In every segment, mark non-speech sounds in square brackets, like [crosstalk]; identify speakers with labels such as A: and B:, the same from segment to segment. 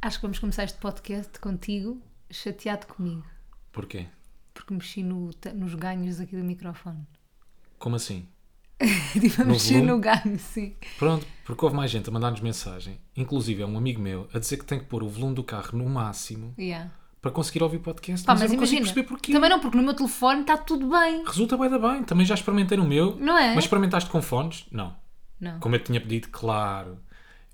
A: Acho que vamos começar este podcast contigo, chateado comigo,
B: Porquê?
A: porque mexi no ta- nos ganhos aqui do microfone. [laughs]
B: Como assim?
A: Estive a
B: No
A: mexer
B: volume?
A: no ganho, sim.
B: Pronto, porque houve mais gente a mandar-nos mensagem, inclusive é um amigo meu, a dizer que tem que pôr o volume do carro no máximo
A: Yeah.
B: para conseguir ouvir o podcast,
A: Pá,
B: mas,
A: mas
B: eu não
A: imagina,
B: consigo perceber porquê.
A: também não, porque no meu telefone está tudo bem.
B: Resulta bem da bem, também já experimentei no meu.
A: Não é?
B: Mas experimentaste com fones? Não.
A: Não.
B: Como eu te tinha pedido, claro.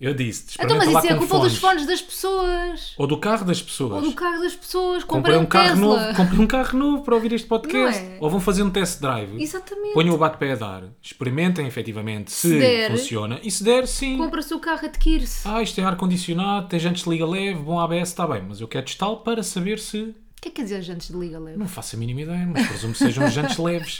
B: Eu disse
A: Então, mas
B: experimenta lá
A: isso é
B: um com
A: culpa dos fones das pessoas,
B: Ou do carro das pessoas.
A: ou do carro das pessoas.
B: Comprei
A: Comprei
B: um carro
A: Tesla.
B: novo, comprei um carro novo para ouvir este podcast.
A: Não é?
B: Ou vão fazer um test drive.
A: Exatamente.
B: Ponham o bate-pé a dar. Experimentem efetivamente se,
A: Se der.
B: funciona. E se der, sim.
A: Compra-se o carro, adquire-se.
B: Ah, isto tem ar-condicionado, tem gente de liga leve, bom ABS, está tá bem, mas eu quero testá-lo para saber se.
A: O que é que quer dizer jantes de liga leve?
B: Não faço a mínima ideia, mas presumo
A: [laughs]
B: que sejam jantes leves,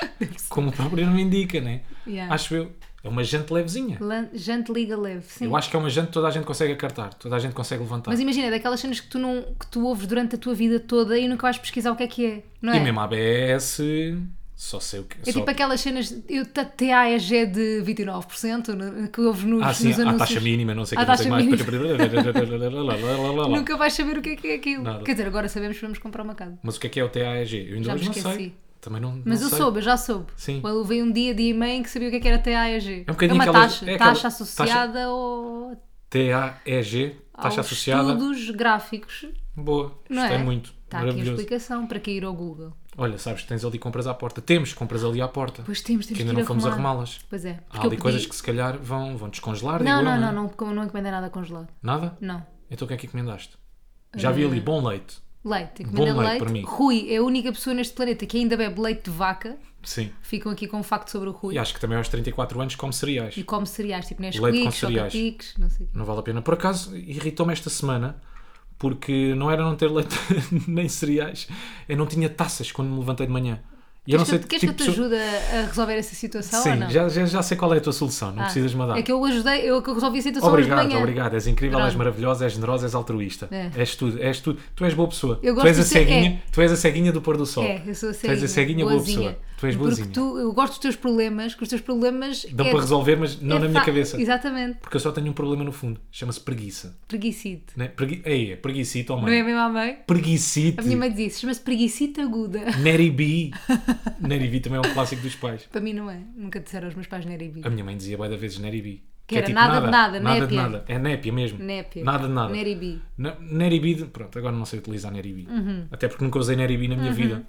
B: como o próprio nome indica, né?
A: Yeah.
B: Acho eu. É uma jante levezinha.
A: Lan- Jante de liga leve, sim.
B: Eu acho que é uma jante que toda a gente consegue acartar, toda a gente consegue levantar.
A: Mas imagina, é daquelas cenas que tu, não, que tu ouves durante a tua vida toda e nunca vais pesquisar o que é que é, não é?
B: E mesmo ABS, só sei o que.
A: É
B: só-
A: tipo aquelas cenas, eu ta- TAEG é de 29% no- né, que ouves nos,
B: Ah, sim,
A: nos
B: a
A: anúncios.
B: taxa mínima, não sei o que,
A: À
B: não sei mais.
A: taxa
B: [laughs]
A: Nunca vais saber o que é que é aquilo.
B: Nada.
A: Quer dizer, agora sabemos que vamos comprar uma casa.
B: Mas o que é que é o TAEG? Eu ainda
A: Já me
B: hoje não
A: esqueci.
B: sei. Também não,
A: Mas
B: não
A: eu
B: sei.
A: soube, eu já soube.
B: Sim.
A: Eu levei um dia, dia e meio que sabia o que é que era TAEG.
B: É um bocadinho
A: uma
B: aquelas-
A: taxa,
B: é aquela-
A: taxa associada ao,
B: TAEG,
A: aos
B: taxa associada.
A: estudos gráficos.
B: Boa,
A: Não
B: gostei
A: é?
B: muito.
A: Está aqui a
B: Maravilhoso.
A: explicação para que ir ao Google.
B: Olha, sabes que tens ali compras à porta. Temos compras ali à porta.
A: Pois temos, temos
B: que
A: que,
B: ainda
A: ir
B: não fomos
A: arrumar.
B: arrumá-las.
A: Pois é.
B: Há
A: Porque
B: ali
A: eu pedi...
B: coisas que se calhar vão, vão descongelar.
A: Não,
B: digo eu,
A: não, não,
B: é?
A: não, porque eu não encomendei nada congelado.
B: Nada?
A: Não.
B: Então o que é que encomendaste? Já
A: Eh,
B: vi ali bom leite.
A: Leite,
B: Bom
A: encomenda
B: leite
A: leite.
B: para mim.
A: Rui é a única pessoa neste planeta que ainda bebe leite de vaca.
B: Sim.
A: Ficam aqui com um facto sobre o Rui.
B: E acho que também aos 34 anos como cereais.
A: E come cereais, tipo
B: Leite com
A: Nesquik,
B: cereais.
A: Chocapics, não sei o quê.
B: Não vale a pena. Por acaso, irritou-me esta semana porque não era não ter leite [laughs] nem cereais. Eu não tinha taças quando me levantei de manhã. E eu não
A: Queres
B: sei
A: que-
B: de
A: queres
B: tipo
A: que eu te
B: de pessoa-
A: ajude a a resolver essa situação ou
B: Sim,
A: não?
B: já, já, já sei qual é a tua solução. Não
A: Ah,
B: precisas me dar.
A: É que eu ajudei, eu que resolvi a situação hoje
B: Obrigado,
A: de manhã.
B: obrigado. És incrível,
A: Pronto.
B: és maravilhosa, és generosa, és altruísta.
A: É.
B: És tudo, és tudo. Tu és boa pessoa.
A: Eu
B: tu
A: gosto
B: és a
A: de ser-
B: ceguinha, tu és a ceguinha do pôr do sol.
A: É, eu sou a
B: Tu és a ceguinha boa pessoa. Tu és boazinha.
A: Porque tu, eu gosto dos teus problemas, que os teus problemas...
B: Dão
A: é-
B: para resolver, mas não
A: é
B: na minha
A: fa-
B: cabeça.
A: Exatamente.
B: Porque eu só tenho um problema no fundo. Chama-se preguiça.
A: Preguicite.
B: Né? Pregui... Ei, é preguicite, oh
A: Não é
B: mãe.
A: mesmo à mãe?
B: Preguicite.
A: A minha mãe diz isso, chama-se preguicite aguda. [laughs]
B: Neri B. Neri B também é um clássico dos pais.
A: Para mim não é. Nunca disseram aos meus pais Neribi.
B: A minha mãe dizia bué da vezes Neri B. é tipo
A: Que era nada de nada,
B: nada de
A: népia.
B: nada. É népia mesmo.
A: Népia.
B: Nada de nada.
A: Neribi.
B: Na- Neribi, de- pronto, agora não sei utilizar Neribi.
A: Uhum.
B: Até porque nunca usei Neribi na minha vida.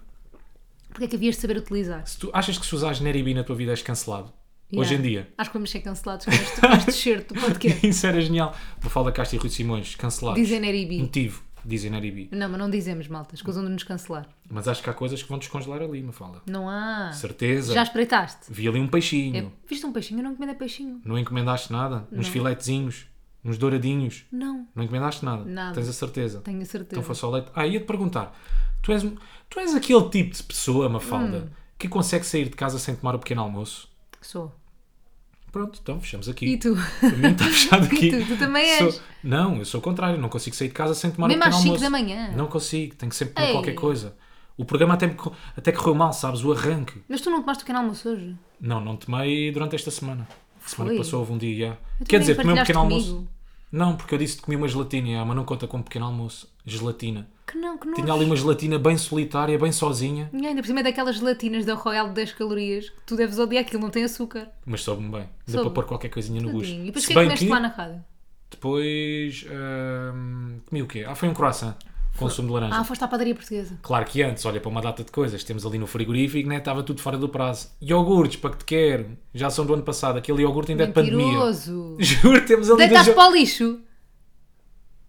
A: Porquê é que havias de saber utilizar?
B: Se tu achas que se usares Neribi na tua vida és cancelado?
A: Yeah.
B: Hoje em dia.
A: Acho que vamos ser cancelados com este, com
B: [laughs]
A: este shirt do podcast.
B: Isso era genial. Mafalda Castro e Rui Simões, cancelados.
A: Dizem Neribi.
B: Motivo, dizem Neribi.
A: Não, mas não dizemos, malta. Escusam de nos cancelar.
B: Mas acho que há coisas que vão descongelar ali, Mafalda.
A: Não há.
B: Certeza.
A: Já espreitaste?
B: Vi ali um peixinho.
A: Viste um peixinho? Eu não encomendei peixinho.
B: Não encomendaste nada? Uns filetezinhos, uns douradinhos.
A: Não.
B: Não encomendaste nada?
A: Nada.
B: Tens a certeza?
A: Tenho a certeza.
B: Então foi só leite. Ah, ia te perguntar. Tu és, um- tu és aquele tipo de pessoa, Mafalda,
A: Hum.
B: que consegue sair de casa sem tomar o pequeno almoço?
A: Sou.
B: Pronto, então fechamos aqui.
A: E tu?
B: [laughs] Para mim está fechado
A: [laughs]
B: aqui.
A: tu? Tu também és?
B: Sou- Não, eu sou o contrário. Não consigo sair de casa sem tomar
A: Mesmo
B: um pequeno
A: às cinco
B: almoço.
A: da manhã?
B: Não consigo. Tenho que sempre comer
A: Ei.
B: qualquer coisa. O programa até, me co- até correu mal, sabes? O arranque.
A: Mas tu não tomaste o canal almoço hoje?
B: Não, não tomei durante esta semana. A semana
A: Foi?
B: que passou houve um dia. já.
A: Eu também
B: Quer dizer, comi um pequeno
A: partilhaste
B: almoço.
A: comigo.
B: Não, porque eu disse que comi uma gelatina, já, mas não conta como pequeno almoço. Gelatina.
A: Que não, que não.
B: Tinha ali uma gelatina bem solitária, bem sozinha,
A: E ainda por cima é daquelas gelatinas da Royal de 10 calorias que tu deves odiar aquilo, não tem açúcar.
B: mas soube-me bem. Deu
A: Soube.
B: para pôr qualquer coisinha no gosto.
A: Tadinho. E depois o que
B: Se
A: é que
B: bem
A: comeste lá na rádio?
B: depois hum, comi o quê? Ah, foi um croissant com sumo de laranja.
A: Ah, foste à padaria portuguesa.
B: Claro que antes, olha para uma data de coisas, temos ali no frigorífico, né? estava tudo fora do prazo. Iogurtes, para que te quero, já são do ano passado, aquele iogurte ainda é pandemia. é
A: Mentiroso!
B: [laughs] Juro, temos ali da
A: Deitaste
B: Jo-
A: para o lixo!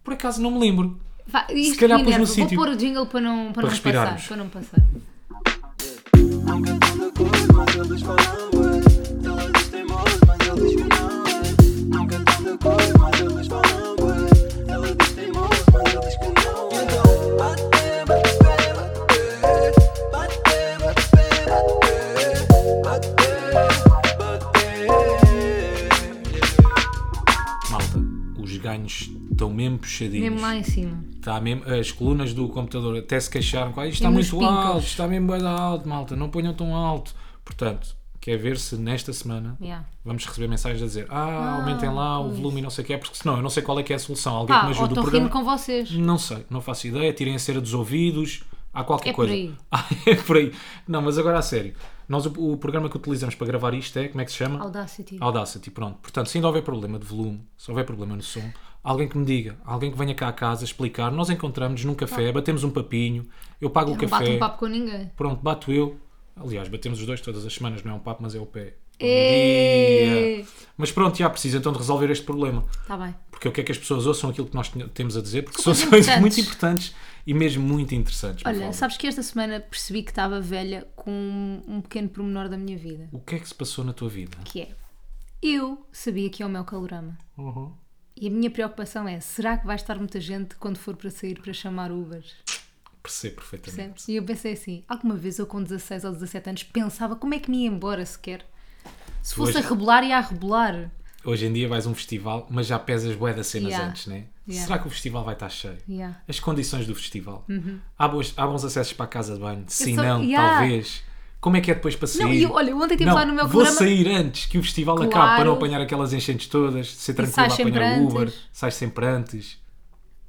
B: Por acaso não me lembro.
A: Vá, isto
B: calhar
A: me
B: pôs no
A: enerva. Vou
B: sítio.
A: pôr o jingle para não, para
B: Para
A: não
B: respirarmos.
A: passar. Para não passar.
C: Nunca tanta coisa, mas eles falam bué. Eles dizem moço, mas eles que não é. Nunca tanta coisa, mas eles falam bué. Eles dizem moço, mas eles que não é. Então, bate, bate, bate, bate, bate, bate, bate, bate.
B: Malta, os ganhos estão mesmo puxadinhos.
A: Mesmo lá em cima.
B: Está mesmo, as colunas do computador até se queixaram. Ah, isto está
A: Mesmo os
B: muito
A: pincos.
B: alto, isto está mesmo bué da alto, malta. Não ponham tão alto. Portanto, que é ver se nesta semana
A: Yeah.
B: vamos receber mensagens a dizer ah, aumentem lá o volume e não sei o que é, porque senão eu não sei qual é que é a solução. Alguém que
A: Pá,
B: me
A: ou
B: ajude
A: estou
B: o
A: rindo
B: programa. Hum.
A: com vocês.
B: Não sei, não faço ideia. Tirem a cera dos ouvidos. Há qualquer
A: É por
B: coisa.
A: aí.
B: [laughs] Ah, é por aí. Não, mas agora a sério. Nós o, o programa que utilizamos para gravar isto é, como é que se chama?
A: Audacity.
B: Audacity, pronto. Portanto, se ainda houver problema de volume, se houver problema no som, alguém que me diga, alguém que venha cá a casa explicar, nós encontramos num café, batemos um papinho, eu pago o
A: Não bato
B: café,
A: um papo com ninguém.
B: pronto, bato eu. Aliás, batemos os dois todas as semanas, não é um papo, mas é o pé. Bom
A: Ê!
B: dia. Mas pronto, já preciso então de resolver este problema.
A: Está Tá bem.
B: Porque eu quero que as pessoas ouçam aquilo que nós tenho- temos a dizer, porque são
A: Coisas
B: coisas
A: importantes.
B: muito importantes e mesmo muito interessantes.
A: Olha,
B: Mafalda.
A: sabes que esta semana percebi que estava velha com um pequeno pormenor da minha vida.
B: O que é que se passou na tua vida?
A: Que é, eu sabia que é o meu calorama.
B: Uhum.
A: E a minha preocupação é, será que vai estar muita gente quando for para sair para chamar Ubers?
B: Percebo perfeitamente.
A: Percebes? E eu pensei assim, alguma vez eu com 16 ou 17 anos pensava como é que me ia embora sequer? Se fosse
B: Hoje-
A: a rebolar, ia a rebolar.
B: Hoje em dia vais a um festival, mas já pesas bué das cenas
A: Yeah.
B: antes, né?
A: Yeah.
B: Será que o festival vai estar cheio?
A: Yeah. Uhum.
B: As condições do festival? Há, boas- há bons acessos para a casa de banho? Se
A: só-
B: não,
A: Yeah.
B: talvez. Como é que é depois para sair?
A: Não, e eu, olha, eu ontem estive
B: Não,
A: lá no meu
B: vou
A: programa.
B: sair antes que o festival acabe
A: Claro.
B: para não apanhar aquelas enchentes todas, ser tranquilo
A: sais
B: a apanhar
A: sempre
B: o Uber,
A: antes.
B: sais sempre antes.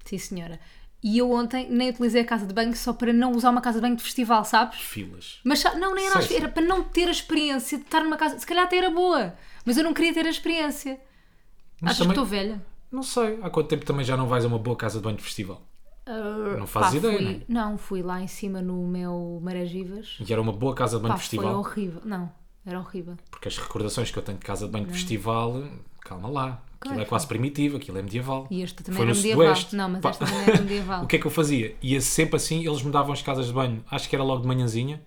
A: Sim, senhora. E eu ontem nem utilizei a casa de banho só para não usar uma casa de banho de festival, sabes?
B: Filas.
A: Mas sa- não, nem era,
B: Sei,
A: às-
B: sei.
A: era para não ter a experiência de estar numa casa. Se calhar até era boa, mas eu não queria ter a experiência.
B: Mas
A: Achas
B: também-
A: que estou velha?
B: Não sei, há quanto tempo também já não vais a uma boa casa de banho de festival?
A: Uh,
B: Não fazes ideia,
A: fui-
B: né?
A: Não, fui lá em cima no meu Marés Vivas.
B: E era uma boa casa de banho
A: Pá,
B: de
A: foi
B: festival.
A: horrível. Não, era horrível.
B: Porque as recordações que eu tenho de casa de
A: Hum.
B: banho de festival, calma lá. Aquilo é
A: Claro.
B: quase primitivo, aquilo é medieval.
A: E esta também
B: Foi
A: era
B: no
A: medieval.
B: Sudoeste.
A: Não, mas
B: Pá.
A: esta também
B: [laughs]
A: era medieval.
B: O que é que eu fazia? Ia sempre assim, eles mudavam as casas de banho, acho que era logo de manhãzinha.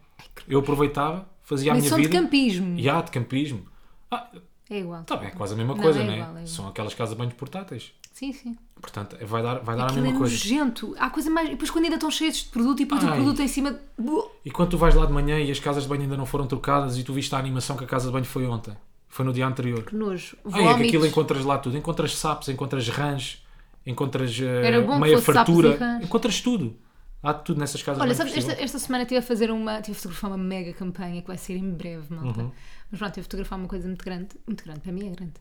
B: Eu aproveitava, fazia a
A: mas
B: minha
A: são
B: vida.
A: de campismo.
B: E há de campismo. Ah,
A: É igual.
B: tá bem, é quase a mesma
A: Não,
B: coisa,
A: é
B: não é?
A: igual, é igual.
B: São aquelas casas de banho portáteis.
A: Sim, sim.
B: Portanto, vai dar, vai dar a
A: Aquilo é
B: mesma coisa.
A: nojento. Há coisa mais. E depois quando ainda estão cheios de produto e depois o
B: Ai.
A: produto em cima. de- Buh!
B: E quando tu vais lá de manhã e as casas de banho ainda não foram trocadas e tu viste a animação que a casa de banho foi ontem, foi no dia anterior.
A: Que nojo.
B: Ai, é que aquilo
A: Vómitos.
B: encontras lá tudo. Encontras sapos, encontras rãs, encontras eh,
A: Era bom que
B: meia
A: fosse sapos
B: fartura.
A: e rãs.
B: Encontras tudo. Há tudo nessas casas
A: Olha,
B: de banho
A: sabes, esta,
B: possível.
A: esta semana estive a fazer uma. Estive a fotografar uma mega campanha que vai ser em breve, malta.
B: Uhum.
A: Mas pronto, estive a fotografar uma coisa muito grande. Muito grande, para mim é grande.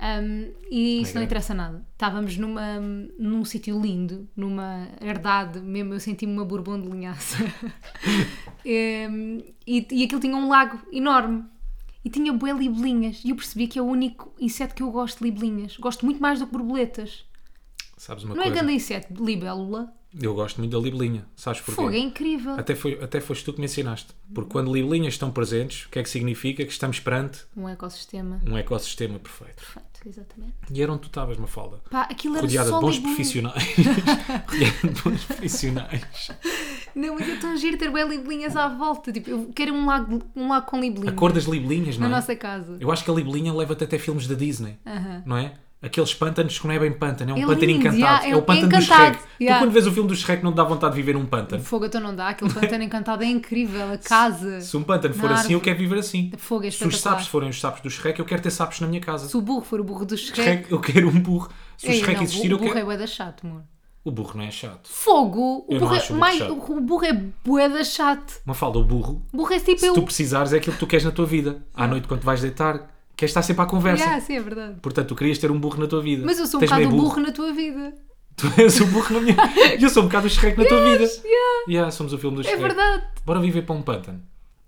A: Ahm, e isso não
B: grande.
A: interessa nada. Estávamos numa, num sítio lindo, numa herdade mesmo. Eu senti-me uma bourbon de
B: [laughs]
A: linhaça. Ahm, e, e aquilo tinha um lago enorme. E tinha bué libelinhas. E eu percebi que é o único inseto que eu gosto de libelinhas. Gosto muito mais do que borboletas.
B: Sabes uma
A: Não é
B: coisa?
A: grande inseto, libélula.
B: Eu gosto muito da libelinha. Sabes porquê? Ah.
A: Fogo, é incrível.
B: Até, foi, até foste tu que me ensinaste. Porque quando libelinhas estão presentes, o que é que significa? Que estamos perante
A: Um ecossistema.
B: um ecossistema perfeito.
A: Perfeito, exatamente.
B: E era onde tu estavas, Mafalda.
A: Pá, aquilo era
B: Rodeada
A: só
B: de bons
A: Libelinhas.
B: profissionais. [laughs] Rodeada de bons profissionais.
A: Não, mas é tão giro ter bem libelinhas à volta. Tipo, eu quero um lago, um lago com
B: A
A: libelinhas
B: cor das libelinhas, não
A: na
B: é?
A: nossa casa.
B: Eu acho que a libelinha leva-te até filmes da Disney.
A: Aham.
B: não é? Aqueles pântanos que não é bem pântano, é um
A: É
B: pântano
A: lindo,
B: encantado.
A: yeah,
B: é,
A: é
B: o
A: um-
B: pântano do
A: encantado,
B: Shrek. Tu
A: yeah.
B: quando vês o filme do Shrek não te dá vontade de viver num pântano.
A: Fogo, então não dá.
B: [laughs]
A: Aquele pantano encantado é incrível. A casa.
B: Se um pântano for
A: Na
B: assim, eu
A: árvore.
B: quero viver assim.
A: Fogo, é
B: Se os sapos
A: espetacular.
B: forem os sapos do Shrek, eu quero ter sapos na minha casa.
A: Se o burro for o burro do Shrek.
B: Shrek, eu quero um burro. Se o
A: Ei,
B: Shrek
A: não,
B: existir,
A: o
B: eu
A: burro
B: quero.
A: é bué da chato, amor.
B: O burro não é chato.
A: Fogo!
B: Eu
A: O
B: não
A: burro,
B: acho
A: é,
B: o burro
A: mais,
B: chato.
A: o burro é bué da chato.
B: Uma falda, o burro,
A: O burro é tipo
B: se
A: eu.
B: tu precisares, é aquilo que tu queres na tua vida. À noite, quando te vais deitar, queres estar sempre à conversa.
A: Yeah, sim, é verdade.
B: Portanto, tu querias ter um burro na tua vida.
A: Mas eu sou um
B: Tens
A: bocado o
B: meio
A: burro na tua vida.
B: Tu és o
A: [laughs]
B: burro na minha. E eu sou um bocado o Shrek na tua vida. Yeah, somos o filme do
A: É
B: Shrek.
A: verdade.
B: Bora viver para um pântano.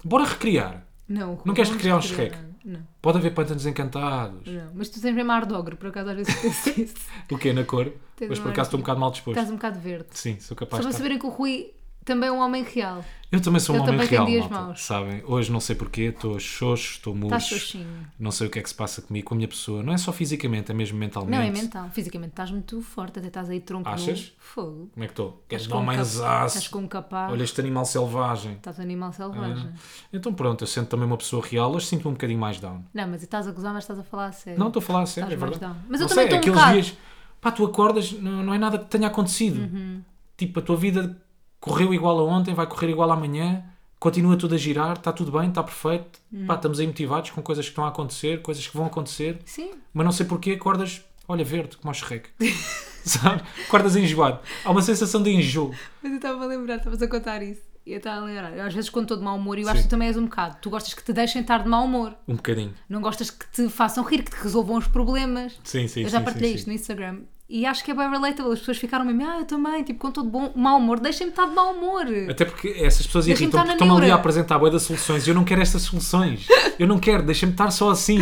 B: Bora recriar.
A: Não, o
B: Não queres
A: Rui,
B: recriar um
A: te
B: Shrek?
A: nada. Não,
B: Pode haver pântanos encantados.
A: não. Mas tu tens mesmo ar de ogro, por acaso às vezes [laughs] penso isso.
B: O quê? Na cor?
A: Tens
B: Mas
A: um
B: por
A: ar
B: acaso estou um bocado mal disposto.
A: Estás um bocado verde.
B: Sim, sou
A: Só
B: capaz de
A: para
B: estar.
A: saberem que o Rui também é um homem real.
B: Eu também sou um
A: Eu
B: homem
A: também tenho
B: real,
A: dias
B: malta,
A: maus.
B: sabem? Hoje não sei porquê, estou xoxo, estou
A: Estás
B: murcho.
A: Tá xoxinho.
B: Não sei o que é que se passa comigo, com a minha pessoa. Não é só fisicamente, é mesmo mentalmente.
A: Não, é mental. Fisicamente estás muito forte, até estás aí tronco
B: Achas?
A: nu. Fogo.
B: Como é que estou?
A: Estás
B: Queres dar
A: com
B: um
A: um cap-
B: manzaço?
A: Estás com um capaz.
B: Olha este animal selvagem.
A: Estás um animal selvagem.
B: Então pronto, eu sinto também uma pessoa real. Hoje sinto-me um bocadinho mais down.
A: Não, mas estás a gozar, mas estás a falar a sério.
B: Não, estou a falar a sério, é
A: Estás mais
B: verdade.
A: down. Mas eu
B: Não
A: também estou
B: sei,
A: um
B: aqueles
A: bocado.
B: dias, pá, tu acordas, não, não é nada que tenha acontecido.
A: Uhum.
B: Tipo, a tua vida correu igual a ontem, vai correr igual amanhã, continua tudo a girar, está tudo bem, está perfeito.
A: Uhum.
B: Pá, estamos aí motivados com coisas que estão a acontecer, coisas que vão acontecer,
A: Sim.
B: mas não sei porquê acordas, olha, verde, como ao Shrek.
A: [laughs]
B: Sabe? Acordas enjoado. Há uma sensação de enjoo.
A: Mas eu estava a lembrar, estavas a contar isso. Eu estava a lembrar. Eu, às vezes, quando estou de mau humor, eu
B: Sim.
A: acho que tu também és um bocado. Tu gostas que te deixem estar de mau humor.
B: Um bocadinho.
A: Não gostas que te façam rir, que te resolvam os problemas.
B: Sim, sim,
A: eu já
B: sim,
A: partilhei
B: sim,
A: isto
B: sim.
A: no Instagram. E acho que é bem relatable. As pessoas ficaram mesmo, ah, eu também, tipo, quando estou de bom, mau humor, deixem-me estar de mau humor.
B: Até porque essas pessoas
A: Deixa-me
B: irritam
A: estar na
B: porque estão ali
A: neura.
B: a apresentar boia das soluções e eu não quero estas soluções. Eu não quero, deixa-me estar só assim.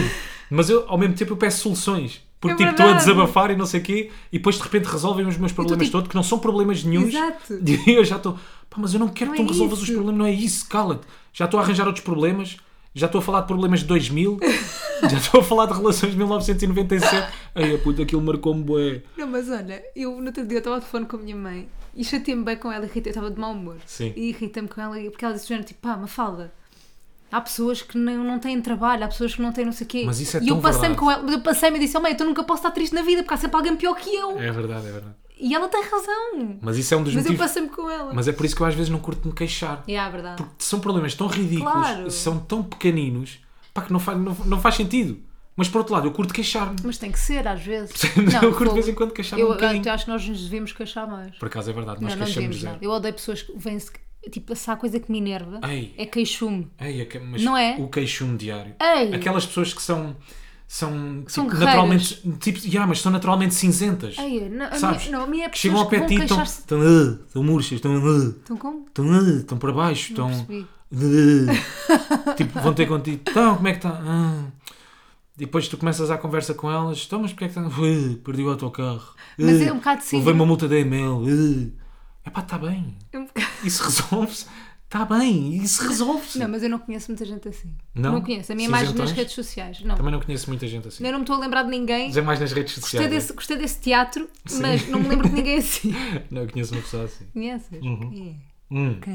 B: Mas eu, ao mesmo tempo, eu peço soluções. Porque
A: É
B: tipo, estou a
A: verdade.
B: desabafar e não sei o quê e depois de repente resolvem os meus problemas
A: tipo-
B: todos, que não são problemas nenhuns.
A: Exato.
B: [laughs] E eu já estou, pá, mas eu não quero
A: Não
B: que tu
A: é
B: me resolvas os
A: isso.
B: problemas, não é isso, cala-te. Já estou a arranjar outros problemas, já estou a falar de problemas de
A: [laughs]
B: 2000, já estou a falar de relações de 1997. Ai, a puta, aquilo marcou-me bué.
A: Não, mas olha, eu no outro dia eu estava ao telefone com a minha mãe e chatei-me bem com ela, irritei, eu estava de mau humor.
B: Sim.
A: E irritei-me com ela porque ela disse do género, tipo, pá, Mafalda, há pessoas que não, não têm trabalho, há pessoas que não têm não sei o quê.
B: Mas isso é
A: e eu
B: tão
A: passei-me
B: verdade.
A: com ela, mas eu passei-me e disse, oh mãe, eu nunca posso estar triste na vida porque há sempre alguém pior que eu.
B: É verdade, é verdade.
A: E ela tem razão.
B: Mas isso é um dos
A: Mas eu
B: motivos.
A: passei-me com ela.
B: Mas é por isso que eu às vezes não curto me queixar.
A: E é a verdade.
B: Porque são problemas tão ridículos,
A: Claro.
B: são tão pequeninos, pá, que não faz, não, não faz sentido. Mas por outro lado, eu curto queixar-me.
A: Mas tem que ser, às vezes.
B: [laughs] eu curto de vez
A: fogo.
B: em quando queixar-me um
A: Eu
B: bocadinho.
A: acho que nós nos devemos queixar mais.
B: Por acaso é verdade, nós
A: não, não
B: queixamos
A: devemos.
B: zero.
A: Não. Eu odeio pessoas que vêm-se. Tipo, se há coisa que me enerva,
B: Ei.
A: é queixume.
B: Ei, é que- mas
A: Não é?
B: o queixume diário.
A: Ei.
B: Aquelas pessoas que são. São,
A: São
B: tipo,
A: guerreiras.
B: naturalmente. Tipo, yeah, mas são naturalmente cinzentas.
A: Ei, não, a
B: sabes?
A: minha- não, a minha é
B: que chegam
A: pessoas
B: ao pé
A: que
B: de
A: vão
B: ti e estão.
A: queixar-se-
B: Estão "Ah", estão murchas, estão. "Ah",
A: Então como?
B: Estão, "Ah", estão para baixo, estão.
A: percebi.
B: "Ah". tipo, vão ter contigo. Então, como é que está? "Ah". E depois tu começas a conversa com elas. Então, mas porque é que está? "Ah, perdi o autocarro.
A: Mas
B: Ah,
A: é um bocado assim.
B: Levei uma multa da email. É pá, está bem.
A: É um bocado-
B: Isso resolve-se. Está bem. Isso resolve-se.
A: [laughs] Não, mas eu não conheço muita gente assim.
B: Não?
A: conheço. A minha imagem nas
B: Cinzentões?
A: redes sociais. Não.
B: Também não conheço muita gente assim.
A: Eu não me estou a lembrar de ninguém.
B: Já mais nas redes
A: Gostei
B: sociais.
A: desse, gostei desse teatro, mas não me lembro de
B: [laughs]
A: ninguém assim.
B: é? Não, eu conheço uma pessoa assim.
A: Conheces? Quem é?
B: Hum,
A: Quem